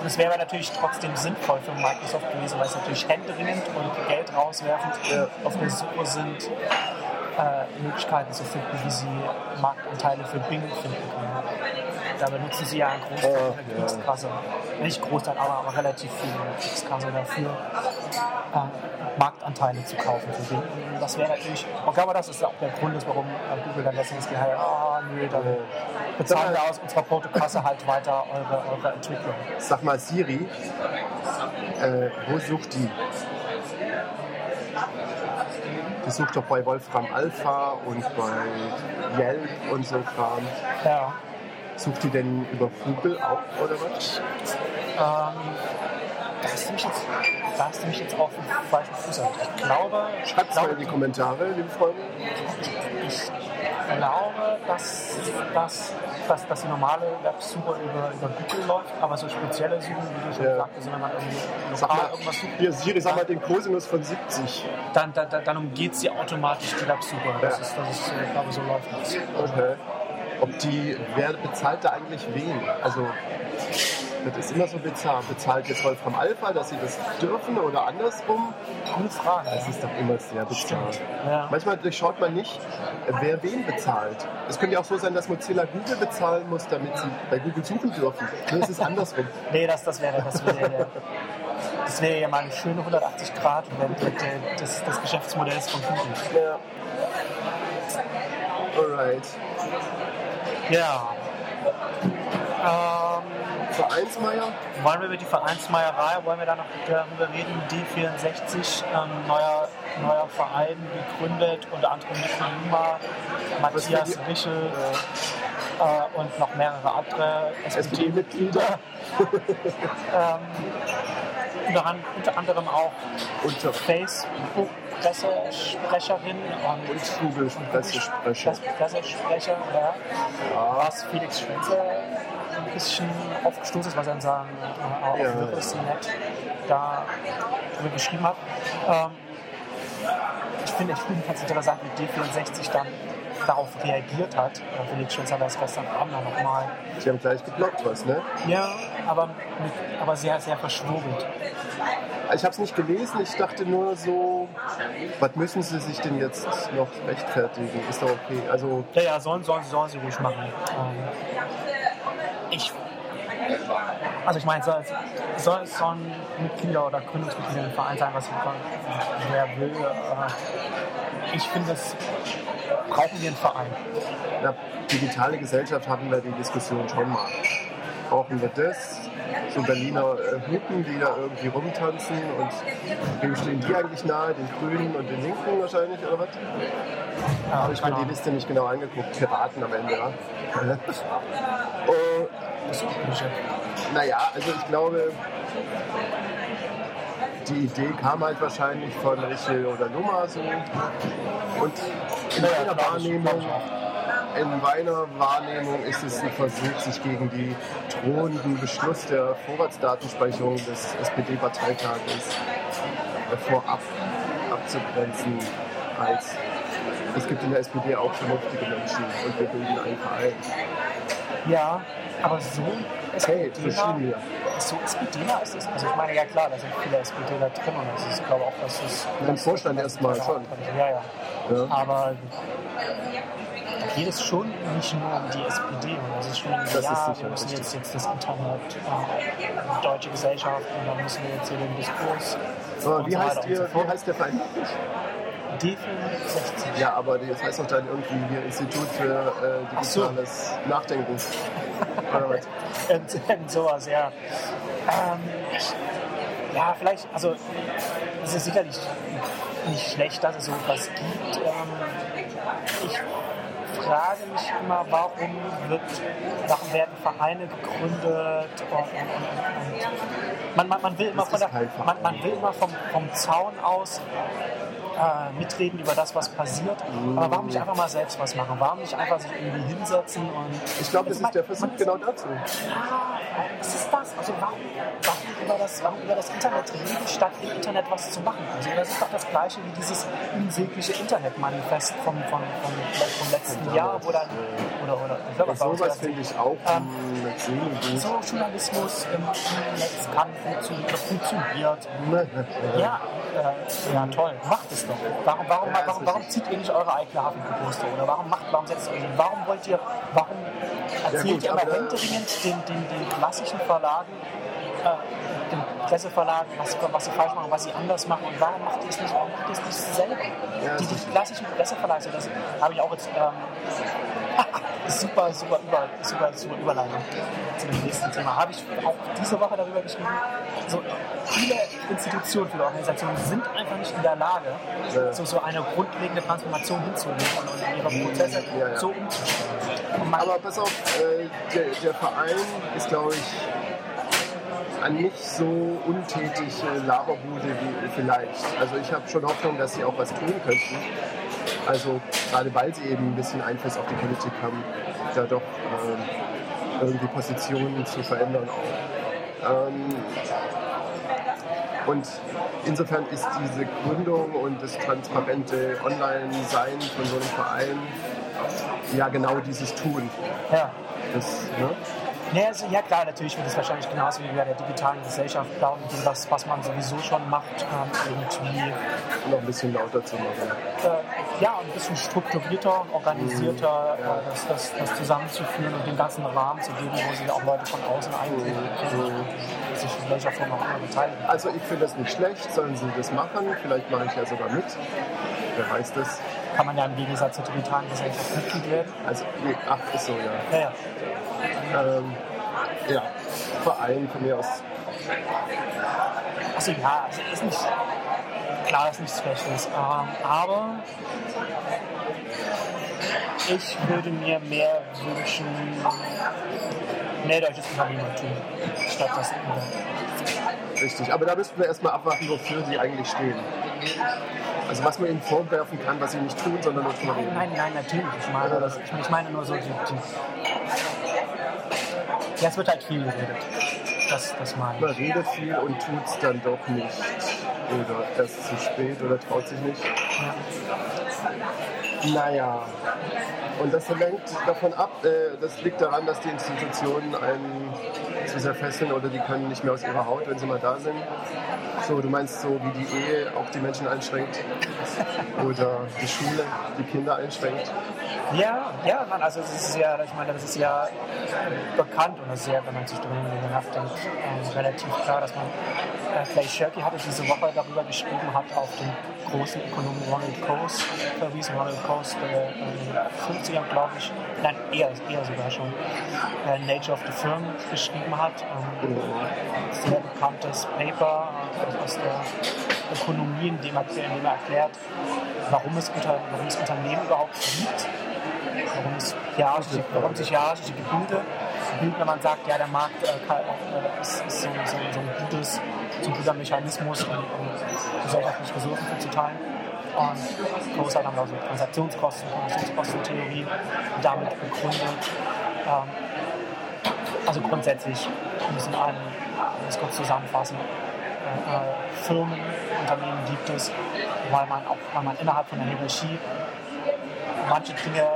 und es wäre aber natürlich trotzdem sinnvoll für Microsoft gewesen, weil es natürlich händeringend und Geld rauswerfend Ja. auf der Suche sind, äh, Möglichkeiten zu finden, wie sie Marktanteile für Bing finden können. Da benutzen sie ja einen Großteil Ja, der ja. Kriegskasse. Nicht Großteil, aber, aber relativ viel der Kriegskasse dafür, äh, Marktanteile zu kaufen für Bing. Und das wäre natürlich, okay, aber das ist auch der Grund, ist, warum äh, Google dann letztendlich gesagt hat, ah, nö, dann bezahlen wir aus unserer Portokasse halt weiter eure, eure Entwicklung. Sag mal, Siri, äh, wo sucht die? Die sucht doch bei Wolfram Alpha und bei Yelp und so Kram. Ja. Sucht die denn über Google auch oder was? Ähm, da hast du mich jetzt, da hast du mich jetzt auf den falschen Fuß erwischt. Ich glaube, ich Schreibt es mal glaube, in die Kommentare, liebe Freunde. ich glaube dass, dass, dass, dass die normale Websuche über, über Google läuft, aber so spezielle Suchen, wie du schon Ja. sagtest, wenn man irgendwie Sag lokal mal, irgendwas sucht, hier, Siri, sag mal den Cosinus von 70. dann, dann, dann- dann umgeht sie automatisch die Websuche. Das ist, das ist, so, ich glaube, so läuft das. Okay. Ob die, wer bezahlt da eigentlich wen? Also, das ist immer so bizarr. Bezahlt jetzt Wolfram Alpha, dass sie das dürfen oder andersrum? Gute Frage. Das ist doch immer sehr bizarr. Stimmt. Ja. Manchmal durchschaut man nicht, wer wen bezahlt. Es könnte ja auch so sein, dass Mozilla Google bezahlen muss, damit sie bei Google suchen dürfen. Nur ist es andersrum. Nee, das, das wäre das wäre ja- das wäre ja mal eine schöne 180 Grad äh, des, des Geschäftsmodells von Google. Ja. Alright. Ja. Ähm, Vereinsmeier? wollen wir über die Vereinsmeierei, wollen wir da noch darüber reden? D64, ähm, neuer, neuer Verein, gegründet unter anderem mit Numa, Was Matthias für die- Rischel Äh, äh, und noch mehrere andere SPD SPD-Mitglieder? unter, an- unter anderem auch Unter Facebook-Pressesprecherin und und Google-Pressesprecher. Das Pressesprecher, ja. Was Felix Schwenzer ein bisschen aufgestoßen ist, was er in seinem äh, auch Ja. wirklich so nett da drüber geschrieben hat. Ähm, ich finde es ganz interessant, wie D64 dann darauf reagiert hat. Äh, Felix Schulz hat das gestern Abend auch nochmal. Sie haben gleich geblockt was, ne? Ja, aber, mit, aber sehr, sehr verschwurbelt. Ich habe es nicht gelesen, ich dachte nur so, was müssen sie sich denn jetzt noch rechtfertigen? Ist doch okay. Also, Ja, ja, sollen, sollen, sie- sollen sie ruhig machen. Ähm, ich. Also ich meine, soll, soll es so ein Mitglieder oder Gründungsmitglieder im Verein sein, was wer will. äh, Ich finde, es brauchen wir einen Verein. in der digitale Gesellschaft hatten wir die Diskussion schon mal. Brauchen wir das? So Berliner äh, Hupen, die da irgendwie rumtanzen und wem stehen die eigentlich nahe? Den Grünen und den Linken wahrscheinlich, oder was? Äh, Habe ich mir die genau. Liste nicht genau angeguckt. Piraten am Ende, ja. äh, Naja, also ich glaube, die Idee kam halt wahrscheinlich von Richel oder Nummer so. Und in Naja, meiner, glaub ich, glaub Wahrnehmung, ich in meiner Wahrnehmung ist es ein Versuch, sich gegen die drohenden Beschluss der Vorratsdatenspeicherung des SPD-Parteitages äh, vorab abzugrenzen als es gibt in der SPD auch vernünftige Menschen und wir bilden einen Verein. Ja, aber so Hey, SPDler, verstehen wir. so SPDler ist es. Also ich meine, ja klar, da sind viele SPDler drin und das ist, glaube ich, auch, dass es... Im Vorstand erstmal schon. ne? Ja, ja. Ja. Aber da geht es schon nicht nur um die SPD. Und das ist schon, ist ja, sicher wir müssen richtig. jetzt, jetzt das Internet, äh, die deutsche Gesellschaft und dann müssen wir jetzt hier den Diskurs. Aber und wie so heißt, weiter und so ihr, fort. wie heißt der Verein? Defen 60. Ja, aber das heißt doch dann irgendwie hier Institut für äh, Ach so. digitales Nachdenken. Oder was? und, und sowas, ja. Ähm, ja, vielleicht, also es ist sicherlich nicht schlecht, dass es so etwas gibt. Ähm, ich frage mich immer, warum, wird, warum werden Vereine gegründet und, und, und, und man, man, man will immer Das von ist halt der, kein Verein. man, man will immer vom, vom Zaun aus äh, mitreden über das, was passiert. Aber warum Mm. nicht einfach mal selbst was machen? Warum nicht einfach sich irgendwie hinsetzen und Ich glaube, das Also man- ist der Versuch man- genau dazu. Ah, was ist das? Also warum, warum, über das, warum über das Internet reden, statt im Internet was zu machen? Also das ist doch das Gleiche wie dieses unsägliche Internet-Manifest vom, vom, vom, vom letzten Jahr, wo dann... Oder, oder, ich glaube, Und es war äh, sowas das finde ich auch Ähm, mit Segen gut. so, Journalismus im Netz kann funktionieren, funktioniert. Ja, äh, ja, toll, macht es doch. Warum, warum, Ja, ist warum, warum richtig. zieht ihr nicht eure eigene Hafenposte? Oder warum macht, warum setzt ihr euch, warum wollt ihr, warum erzählt Ja, gut, ihr aber- immer händeringend den, den, den klassischen Verlagen, äh, den Presseverlagen, was, was sie falsch machen, was sie anders machen und warum macht ihr es nicht, warum macht ihr es nicht selber? Ja, die, ist die richtig. klassischen Presseverlage, das habe ich auch jetzt, ähm, super, super, über, super, super Überleitung zu dem nächsten Thema. Habe ich auch diese Woche darüber geschrieben. So viele Institutionen, viele Organisationen sind einfach nicht in der Lage, Ja. Mhm. so, so eine grundlegende Transformation hinzunehmen und ihre Prozesse Ja, ja. so umzustellen. Und man- Aber pass auf, äh, der, der Verein ist, glaube ich, an nicht so untätig äh, Laberbude wie vielleicht. Also ich habe schon Hoffnung, dass sie auch was tun könnten. Also gerade weil sie eben ein bisschen Einfluss auf die Politik haben, da doch ähm, irgendwie Positionen zu verändern auch. Ähm, und insofern ist diese Gründung und das transparente Online-Sein von so einem Verein ja genau dieses Tun. ja. Das, ne? Ja, also, ja klar, natürlich wird es wahrscheinlich genauso wie bei der digitalen Gesellschaft dauern, wie das, was man sowieso schon macht, ähm, irgendwie Noch ein bisschen lauter zu machen. äh, ja, ein bisschen strukturierter und organisierter äh, das, das, das zusammenzuführen und den ganzen Rahmen zu geben, wo sich auch Leute von außen einbringen können, die sich in welcher Form auch immer beteiligen. Also ich finde das nicht schlecht, sollen sie das machen. Vielleicht mache ich ja sogar mit. Wer weiß das? Kann man ja im Gegensatz zur digitalen Gesellschaft Mitglied werden. Also, nee, ach, ist so, ja. Ja, ja. Ähm, ja, Verein von mir aus. Also ja, also ist nicht, klar ist nichts Schlechtes, ähm, aber ich würde mir mehr wünschen, mehr deutsches Unternehmertum statt das Internet. Richtig. Aber da müssten wir erstmal abwarten, wofür sie eigentlich stehen. Also was man ihnen vorwerfen kann, was sie nicht tun, sondern nur tun. Nein, nein, nein, natürlich. Ich meine, das, ich, ich meine nur so die, die. Ja, es wird halt viel geredet. Das, das meine Man ich. redet viel und tut es dann doch nicht. Oder erst zu spät oder traut sich nicht. Ja. Naja, und das lenkt davon ab, äh, das liegt daran, dass die Institutionen einen zu sehr fesseln oder die können nicht mehr aus ihrer Haut, wenn sie mal da sind. So, du meinst so, wie die Ehe auch die Menschen einschränkt oder die Schule die Kinder einschränkt. Ja, ja, man, also es ist ja, ich meine, das ist ja bekannt oder sehr, wenn man sich darüber nachdenkt, ähm, relativ klar, dass man äh, vielleicht Shirky hatte diese Woche darüber geschrieben, hat auf den großen Ökonomen Ronald Coase verwiesen, Ronald Coase, der in den 50ern, glaube ich, nein, eher, eher sogar schon, äh, Nature of the Firm geschrieben hat. Ähm, sehr bekanntes Paper äh, aus der Ökonomie, in dem er, in dem er erklärt, warum es, unter, warum es Unternehmen überhaupt gibt, warum, es hierarchische, warum sich hierarchische Gebilde bilden, wenn man sagt, ja, der Markt äh, kann, äh, ist, ist so, so, so, ein gutes, so ein guter Mechanismus, um, um gesellschaftliche Ressourcen zuzuteilen. Und Groß hat dann auch so Transaktionskosten, Transaktionskostentheorie damit begründet. Ähm, also grundsätzlich müssen alle, um das kurz zusammenfassen, äh, Firmen, Unternehmen gibt es, weil man auch weil man innerhalb von der Hierarchie manche Dinge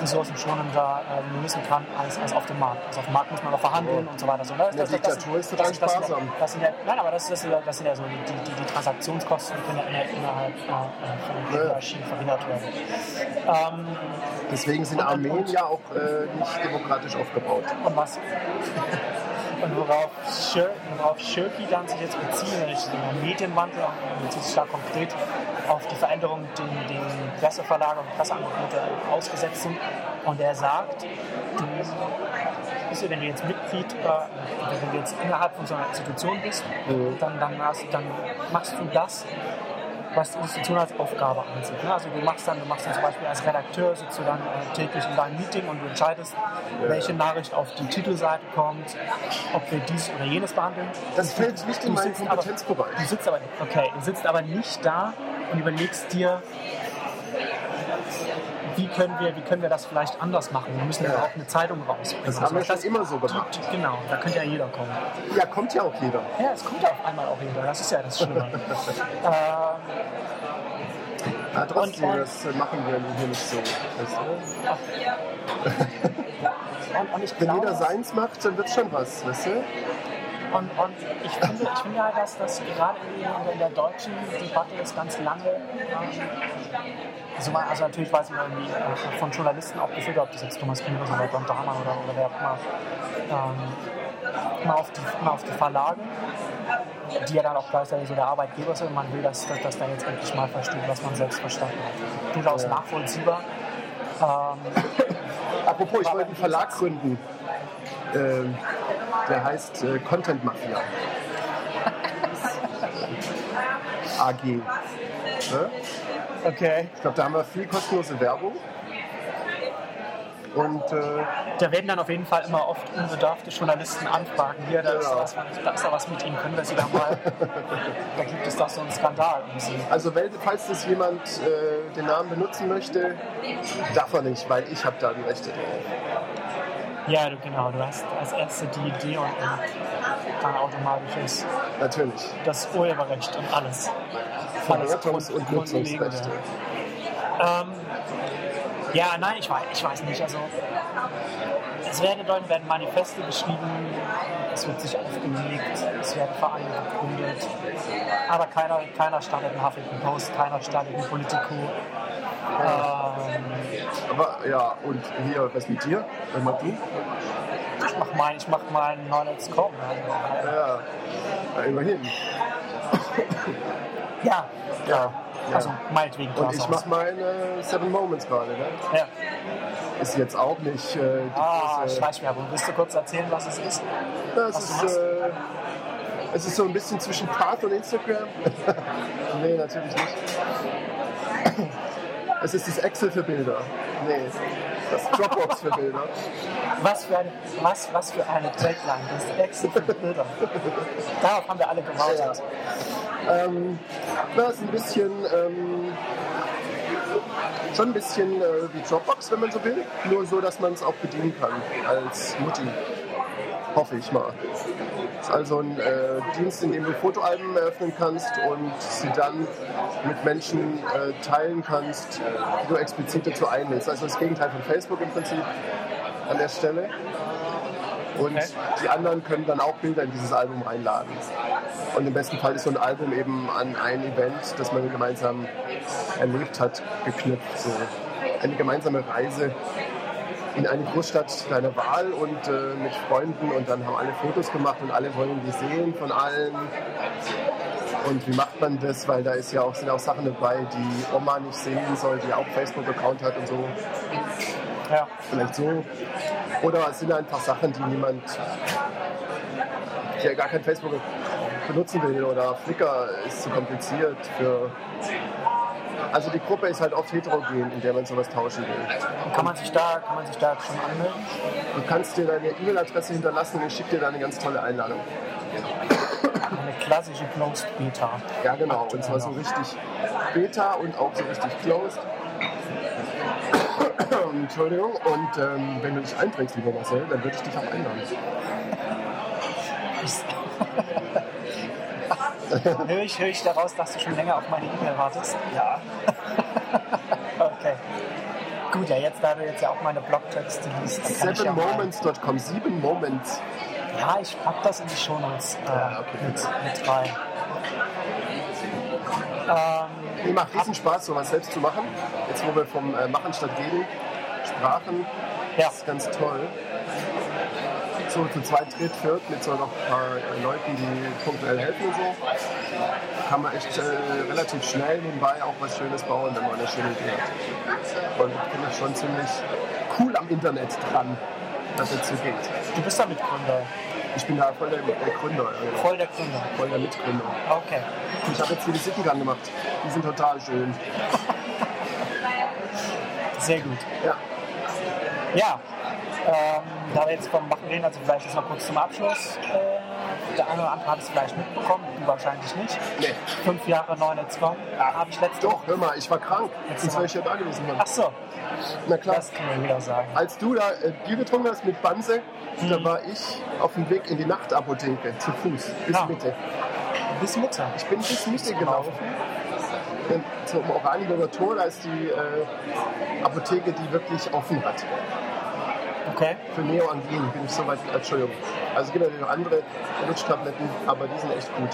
ressourcenschonender äh, lösen kann als, als auf dem Markt. Also auf dem Markt muss man noch verhandeln Ja. und so weiter. So, ne? In der Diktatur ist total sparsam. Das sind ja, nein, aber das, das, sind ja- das sind ja so die, die, die Transaktionskosten können ja innerhalb, innerhalb äh, von der Ja. Hierarchie verringert werden. Ähm, Deswegen sind Armeen ja auch äh, nicht demokratisch aufgebaut. und was und worauf, Schir worauf Schirki dann sich jetzt bezieht, nämlich den Medienwandel, und bezieht sich da konkret auf die Veränderung, den, den Presseverlage und Presseangebote ausgesetzt sind. Und er sagt, du bist, ja, wenn du jetzt Mitglied, äh, also wenn du jetzt innerhalb von so einer Institution bist, Mhm. dann, dann, hast, dann machst du das, was die Institution als Aufgabe ansieht. Ne? Also du machst dann, du machst dann zum Beispiel als Redakteur sitzt du dann äh, täglich in deinem Meeting und du entscheidest, welche Nachricht auf die Titelseite kommt, ob wir dies oder jenes behandeln. Das fällt nicht in meinen Kompetenzbereich. Du sitzt aber okay, du sitzt aber nicht da und überlegst dir, wie können wir, wie können wir das vielleicht anders machen? Wir müssen ja Ja. auch eine Zeitung rausbringen. Das haben wir Also schon immer so gemacht. die- Genau, da könnte ja jeder kommen. Ja, kommt ja auch jeder. Ja, es kommt ja auf einmal auch jeder. Das ist ja das Schlimme. ähm, Ja, trotzdem, Und- und- das machen wir hier nicht so. Weißt du? und, und ich Wenn glaube, jeder seins macht, dann wird schon was, weißt du? Und, und ich finde, ich finde ja, dass das gerade in der- in der deutschen Debatte ist ganz lange, ähm, also, man, also natürlich weiß ich nicht, irgendwie äh, von Journalisten auch gefühlt, ob das jetzt Thomas Kinder ist oder Don Dahmer oder, oder wer auch immer, ähm, mal, auf die, mal auf die Verlage, die ja dann auch gleichzeitig so der Arbeitgeber sind und man will, dass, dass, dass dann jetzt endlich mal versteht, was man selbst verstanden hat. Durchaus nachvollziehbar. Apropos, ich wollte einen Verlag gründen. Ähm, der heißt äh, Content Mafia. AG. Ne? Okay. Ich glaube, da haben wir viel kostenlose Werbung. Und äh, Da werden dann auf jeden Fall immer oft unbedarfte Journalisten anfragen, hier, da ist, Genau. was, da ist da was mit Ihnen, können wir Sie da mal, da gibt es doch so einen Skandal um Sie. also wenn- falls das jemand äh, den Namen benutzen möchte, darf er nicht, weil ich habe da die Rechte drauf. Ja, du, genau, du hast als Erste die Idee und und dann automatisch ist Natürlich. das Urheberrecht und alles. Verwertungs- Grund- und Nutzungsrechte. Grundlegende. Ähm, ja, nein, ich weiß, ich weiß nicht. Also, es werden dort werden Manifeste geschrieben, es wird sich aufgelegt, es werden Vereine gegründet. Aber keiner, keiner startet einen Huffington Post, keiner startet einen Politico. Ähm, Aber ja, und hier, was mit dir? Was machst du? ich mach mal, ich mach mal einen Knowledge.com. Also, Ja, ja, immerhin. ja, Ja. ja. also meinetwegen. Und Klaus ich Haus. mache meine Seven Moments gerade. Ne? ja. Ist jetzt auch nicht äh, die Ah, große... Schleichwerbung. Willst du kurz erzählen, was es ist? Das Was ist, du machst? äh, es ist so ein bisschen zwischen Path und Instagram. nee, natürlich nicht. Es ist das Excel für Bilder. Nee, das Dropbox für Bilder. Was für eine, was, was für eine Tagline, das ist Excel für Bilder. Darauf haben wir alle gewartet. Ähm, das ist ein bisschen, ähm, schon ein bisschen äh, wie Dropbox, wenn man so will. Nur so, dass man es auch bedienen kann als Mutti. Hoffe ich mal. Das ist also ein äh, Dienst, in dem du Fotoalben eröffnen kannst und sie dann mit Menschen äh, teilen kannst, die du explizit dazu einlädst. Also das Gegenteil von Facebook im Prinzip an der Stelle. Und Okay. die anderen können dann auch Bilder in dieses Album einladen. Und im besten Fall ist so ein Album eben an ein Event, das man gemeinsam erlebt hat, geknüpft. So eine gemeinsame Reise in eine Großstadt deiner Wahl und äh, mit Freunden und dann haben alle Fotos gemacht und alle wollen die sehen von allen. Und wie macht man das? Weil da ist ja auch, sind auch Sachen dabei, die Oma nicht sehen soll, die auch Facebook-Account hat und so. Ja. Vielleicht so. Oder es sind einfach Sachen, die niemand, der gar kein Facebook benutzen will oder Flickr ist zu kompliziert für. Also die Gruppe ist halt oft heterogen, in der man sowas tauschen will. Und Kann man sich da, kann man sich da schon anmelden? Du kannst dir deine E-Mail-Adresse hinterlassen und ich schicke dir dann eine ganz tolle Einladung. Eine klassische Closed Beta. Ja, genau. Und zwar so richtig Beta und auch so richtig Closed. Entschuldigung. Und ähm, wenn du dich einträgst, lieber Marcel, dann würde ich dich auch einladen. Höre ich, höre ich daraus, dass du schon länger auf meine E-Mail wartest? Ja. okay. Gut, ja, jetzt, da du jetzt ja auch meine Blogtexte liest, dann kann ich ja mal- Sevenmoments.com. Sieben Moments. Ja, ich pack das in die Shownotes äh, Ja, okay. mit, mit rein. Ähm, Mir macht riesen Spaß, sowas selbst zu machen. Jetzt, wo wir vom äh, Machen statt Geben sprachen, ja, Das ist ganz toll. So zu zweit, dritt, viert mit so noch ein paar äh, Leuten, die punktuell helfen und so. Kann man echt äh, relativ schnell nebenbei auch was Schönes bauen, wenn man eine schöne Idee hat. Und ich bin da schon ziemlich cool am Internet dran, dass es so geht. du bist da Mitgründer. Ich bin da voll der, der Gründer, ja, genau. Voll der Gründer. voll der Mitgründer. Okay. Ich habe jetzt hier die Sittengang gemacht. Die sind total schön. Sehr gut. Ja. Ja, ähm, da wir jetzt vom Machen reden, also vielleicht jetzt noch kurz zum Abschluss. Äh, der eine oder andere hat es vielleicht mitbekommen, du wahrscheinlich nicht. Nee. Fünf Jahre 902 habe ich letzte Doch, hör mal, ich war krank. Jetzt Sonst mal. wäre ich ja da gewesen. Mann. Ach so, Na klar. das kann man wieder sagen. Als du da äh, Bier getrunken hast mit Banse, da war ich auf dem Weg in die Nachtapotheke zu Fuß bis Ah. Mitte. Bis Mittag. Ich bin bis Mitte Genau. gelaufen. Bin Zum Oranienburger Tor, da ist die äh, Apotheke, die wirklich offen hat. Okay. Für Neoangin bin ich soweit, Entschuldigung. Also es gibt natürlich noch andere Lutschtabletten, aber die sind echt gut.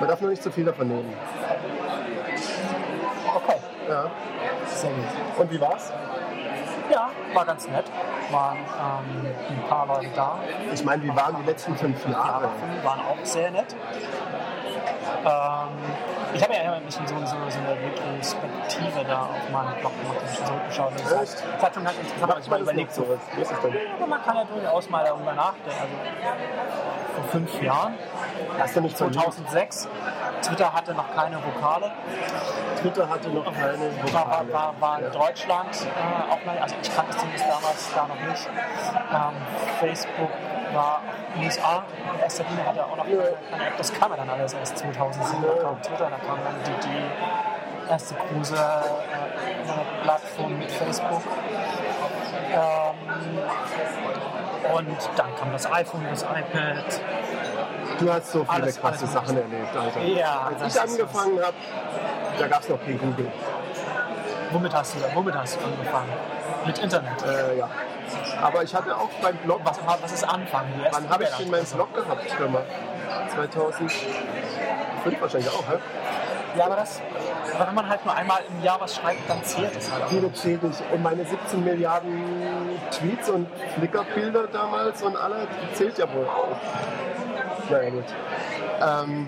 Man darf nur nicht zu viel davon nehmen. Okay. Ja. Sehr gut. Und wie war's? Ja, war ganz nett. Waren ähm, ein paar Leute da. Ich meine, wie waren die letzten fünf Jahre Jahre? waren auch sehr nett. Ähm, ich habe ja immer ein bisschen so, so, so eine Retrospektive da auf meinem Blog gemacht, ein bisschen zurückgeschaut. Und das, Echt? hat, das hat schon ganz interessant, aber ich mal überlegt, so, sowas. Wie ist es denn? ja, man kann ja durchaus mal darüber nachdenken. Also, vor fünf Jahren, Hast du nicht so 2006, Twitter hatte noch keine Vokale. Twitter hatte noch keine war, war, war, war in Ja. Deutschland äh, auch mal, also ich kannte es zumindest damals da noch nicht. Ähm, Facebook war in den USA, in erster Linie hatte auch noch Ja. keine, keine App, das kam ja dann alles erst 2007, da kam Twitter, da kam dann die, die erste große äh, Internetplattform mit Facebook. Ähm, und dann kam das iPhone, das iPad, Du hast so viele Alles, krasse alles. Sachen erlebt, Alter. Ja, das Als ist ich angefangen habe, da gab es noch kein Google. womit hast du, womit hast du angefangen? Mit Internet. Äh, ja. Aber ich hatte auch beim Blog, Was, was ist Anfang? Die erste wann habe ich denn meinen E-Mail-Adresse? Blog gehabt, hör mal? 2005 wahrscheinlich auch, hä? Ja, aber das, aber wenn man halt nur einmal im Jahr was schreibt, dann zählt es halt auch. Viele Schädlich und um meine 17 Milliarden Tweets und Flickr-Bilder damals und alle, die zählt ja wohl auch. Naja, gut. Ähm,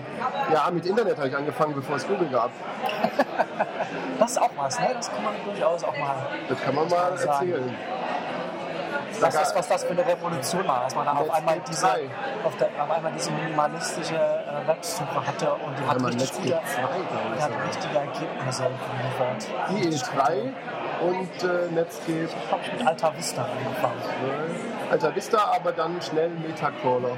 ja, mit Internet habe ich angefangen, bevor es Google gab. Das ist auch was, ne? Das kann man durchaus auch mal. Das kann man mal man sagen. erzählen. Das ist, was das für eine Revolution war, dass man da auf Letzten einmal diese, drei. auf der, auf einmal diese minimalistische äh, Websuche hatte und die hat Ja, man, richtig jetzt gute, geht's weiter, die hat also. richtige Ergebnisse geliefert. IE3 und äh, Netscape. äh, Ich hab mit Alta Vista angefangen. Alter Vista, aber dann schnell Metacrawler.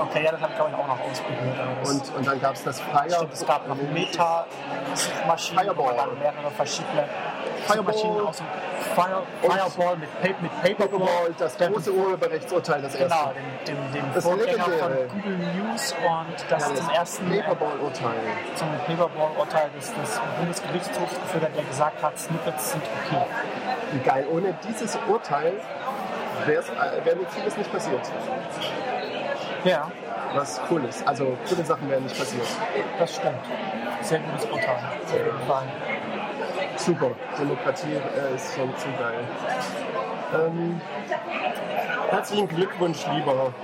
Okay, ja, das habe ich glaube ich auch noch ausprobiert. aber das- Und, und dann gab es das Fire. Stimmt, es gab noch Meta-Maschinen, wo man Fireball. dann mehrere verschiedene Suchmaschinen Fireball, auch so. Fire, Und- Fireball mit, Pa- mit Paperball. Paperball, das dann- große Urheberrechtsurteil, das erste. Genau, dem, dem, dem Das Vorgänger legendäre. von Google News und das Das zum ersten äh, Paperball-Urteil. zum Paperball-Urteil des, des Bundesgerichtshofs geführt hat, der gesagt hat, Snippets sind okay. Wie geil, ohne dieses Urteil wäre wär mir vieles nicht passiert. Ja, Was cool ist. Also coole Sachen wären nicht passiert. das stimmt. Sehr gutes Urteil. Auf jeden Fall. Super. Demokratie äh, ist schon zu geil. Ähm, herzlichen Glückwunsch, lieber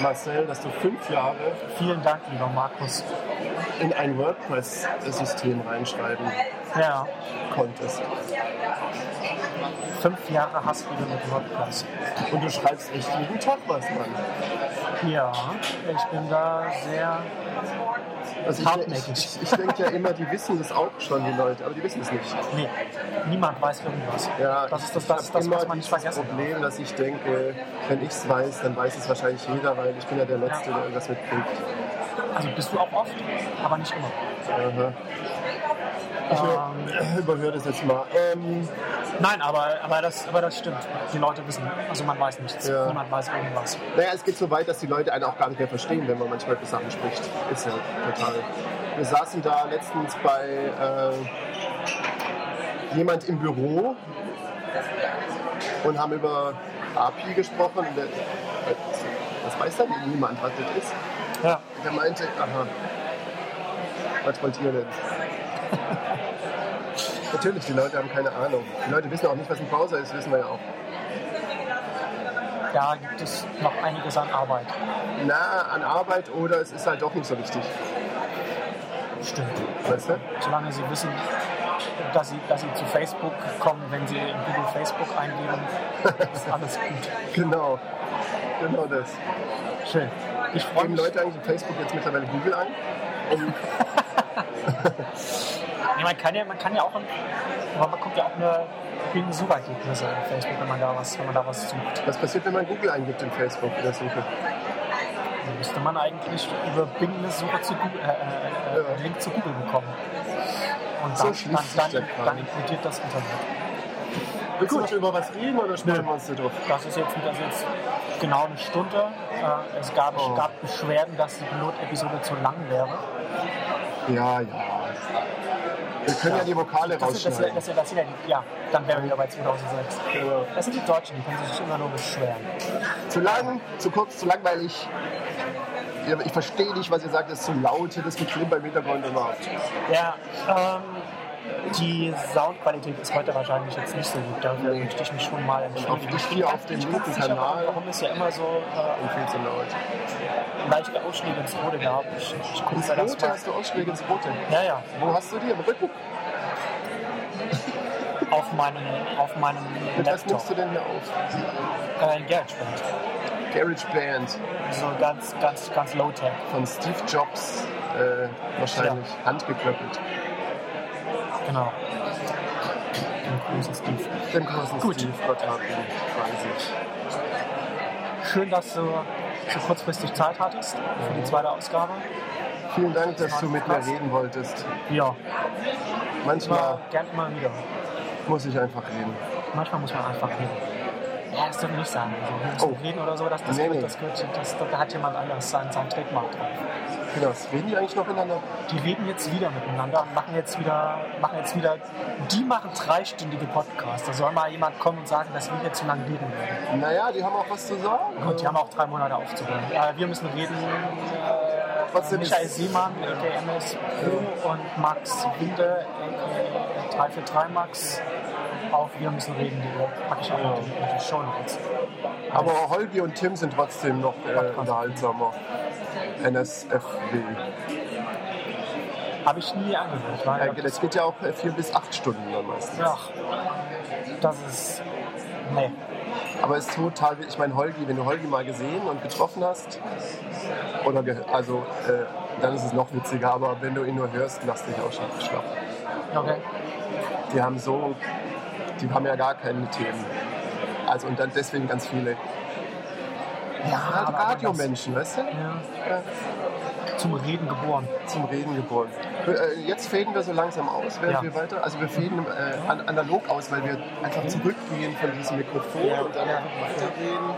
Marcel, dass du fünf Jahre Vielen Dank, lieber Markus. in ein WordPress-System reinschreiben Ja, konntest. fünf Jahre Hass wieder mit WordPress. Und du schreibst echt jeden Tag was dran. Ja, ich bin da sehr. Also ich Hartnäckig. ich, ich denke ja immer, die wissen das auch schon, die Leute, aber die wissen es nicht. Nee, niemand weiß irgendwas. Ja, das ist das, ich das, ist hab das immer was man nicht dieses vergessen darf. Problem, dass ich denke, wenn ich es weiß, dann weiß es wahrscheinlich jeder, weil ich bin ja der Letzte, der irgendwas mitkriegt. Also bist du auch oft, aber nicht immer. Aha. Ich ähm. überhöre das jetzt mal. Ähm, Nein, aber, aber, das, aber das stimmt. Die Leute wissen. Also man weiß nichts. Ja. Niemand weiß irgendwas. naja, es geht so weit, dass die Leute einen auch gar nicht mehr verstehen, wenn man manchmal über Sachen spricht. Ist ja total. Wir saßen da letztens bei äh, jemand im Büro und haben über API gesprochen. Und der, das weiß dann niemand, was das ist. Ja. Der meinte, aha, was wollt ihr denn? Natürlich, die Leute haben keine Ahnung. Die Leute wissen auch nicht, was ein Browser ist, wissen wir ja auch. Da gibt es noch einiges an Arbeit. Na, an Arbeit oder es ist halt doch nicht so wichtig. Stimmt. Weißt du? Solange sie wissen, dass sie, dass sie zu Facebook kommen, wenn sie in Google Facebook eingeben, ist alles gut. Genau. Genau das. Schön. Ich freue Geben mich. Leute eigentlich auf Facebook jetzt mittlerweile Google an? Nee, man, kann ja, man kann ja auch, aber man guckt ja auch eine, wegen Suchergebnisse auf Facebook, wenn man da was, wenn man da was sucht. Was passiert, wenn man Google eingibt in Facebook in der Suche? Dann müsste man eigentlich über Bing eine Suche zu Google, äh, äh, äh, Ja. einen Link zu Google bekommen. Und So dann, schließt sich dann, der dann, Kreis. dann inkludiert das Internet. Willst du noch über was reden oder sparen Nö. wir uns da drauf? Das ist jetzt, das ist jetzt genau eine Stunde. Äh, es gab, Oh. gab Beschwerden, dass die Pilotepisode zu lang wäre. Ja, ja. Wir können ja, die Vokale Das sind, das, sind, rausschneiden. das, sind, das sind ja die, ja, dann wären wir bei 2006. Genau. Das sind die Deutschen, die können sich immer nur beschweren. Zu lang, zu kurz, zu langweilig. Ja, Ich verstehe nicht, was ihr sagt, das ist zu laut, das Geklimper im Hintergrund überhaupt. Ja, ähm, die Soundqualität ist heute wahrscheinlich jetzt nicht so gut. Dafür Nee. möchte ich mich schon mal entschuldigen. Auf- Ich bin hier ganz- auf dem ich bin linken sicher, Kanal. Warum ist ja immer so äh, Und viel zu laut. leichte Ausschläge ins Rote gehabt? Ich, ich gucke Ins mir das Rote mal. hast du Ausschläge ins Rote. Ja, ja, Wo hast du die? Im Rücken? auf meinem, auf meinem Mit was nimmst du Laptop. denn hier auf? Äh, Geld spend. Garage Band So ganz, ganz, ganz low-tech. von Steve Jobs. Äh, wahrscheinlich handgeklöppelt. Genau. Ein großes Ding. Dem großen Gut. Steve Gott hab ihn, weiß Schön, dass du so kurzfristig Zeit hattest für die zweite Ausgabe. ich. Vielen Dank, dass du mit mir reden wolltest. Ja, immer, Manchmal gern immer wieder. muss ich einfach reden. Manchmal muss man einfach reden. Ja, das dürfen wir nicht sagen. Also, wir müssen Oh. reden oder so, dass das, Nee, gehört- nee. das, gehört, das, da hat jemand anders sein, sein Trademark drauf. Genau, reden die eigentlich noch miteinander? Die reden jetzt wieder miteinander und machen jetzt wieder, machen jetzt wieder, die machen dreistündige Podcasts. Da soll mal jemand kommen und sagen, dass wir hier zu lang reden werden. Naja, die haben auch was zu sagen. Und die haben auch drei Monate aufzuholen. Äh, wir müssen reden. Äh, Trotzdem ist- Michael Seemann, aka MS Pro und Max Winde, aka 343 Max. Auch wir müssen reden, die packe ich auch in die, in die Show Notes. Aber Holgi und Tim sind trotzdem noch äh, unterhaltsamer. NSFW. Habe ich nie angehört. War Äh, Das geht ja auch äh, vier bis acht Stunden dann meistens. ja, das ist. Nee. Aber es ist total, ich meine, Holgi, wenn du Holgi mal gesehen und getroffen hast, oder ge also, äh, dann ist es noch witziger, aber wenn du ihn nur hörst, lass dich auch schon schlapp. Okay. Die haben so, die haben ja gar keine Themen. Also und dann deswegen ganz viele Ja, Radiomenschen, weißt du? Ja. Ja. zum Reden geboren. zum Reden geboren. Äh, Jetzt fäden wir so langsam aus, während Ja. wir weiter. Also wir fäden äh, an, analog aus, weil wir einfach zurückgehen von diesem Mikrofon Ja. und dann Ja. einfach weiterreden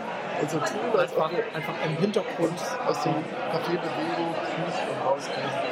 und so tun, als Einfach, ob wir einfach im Hintergrund uns aus dem Café bewegen, Fuß und rausgehen.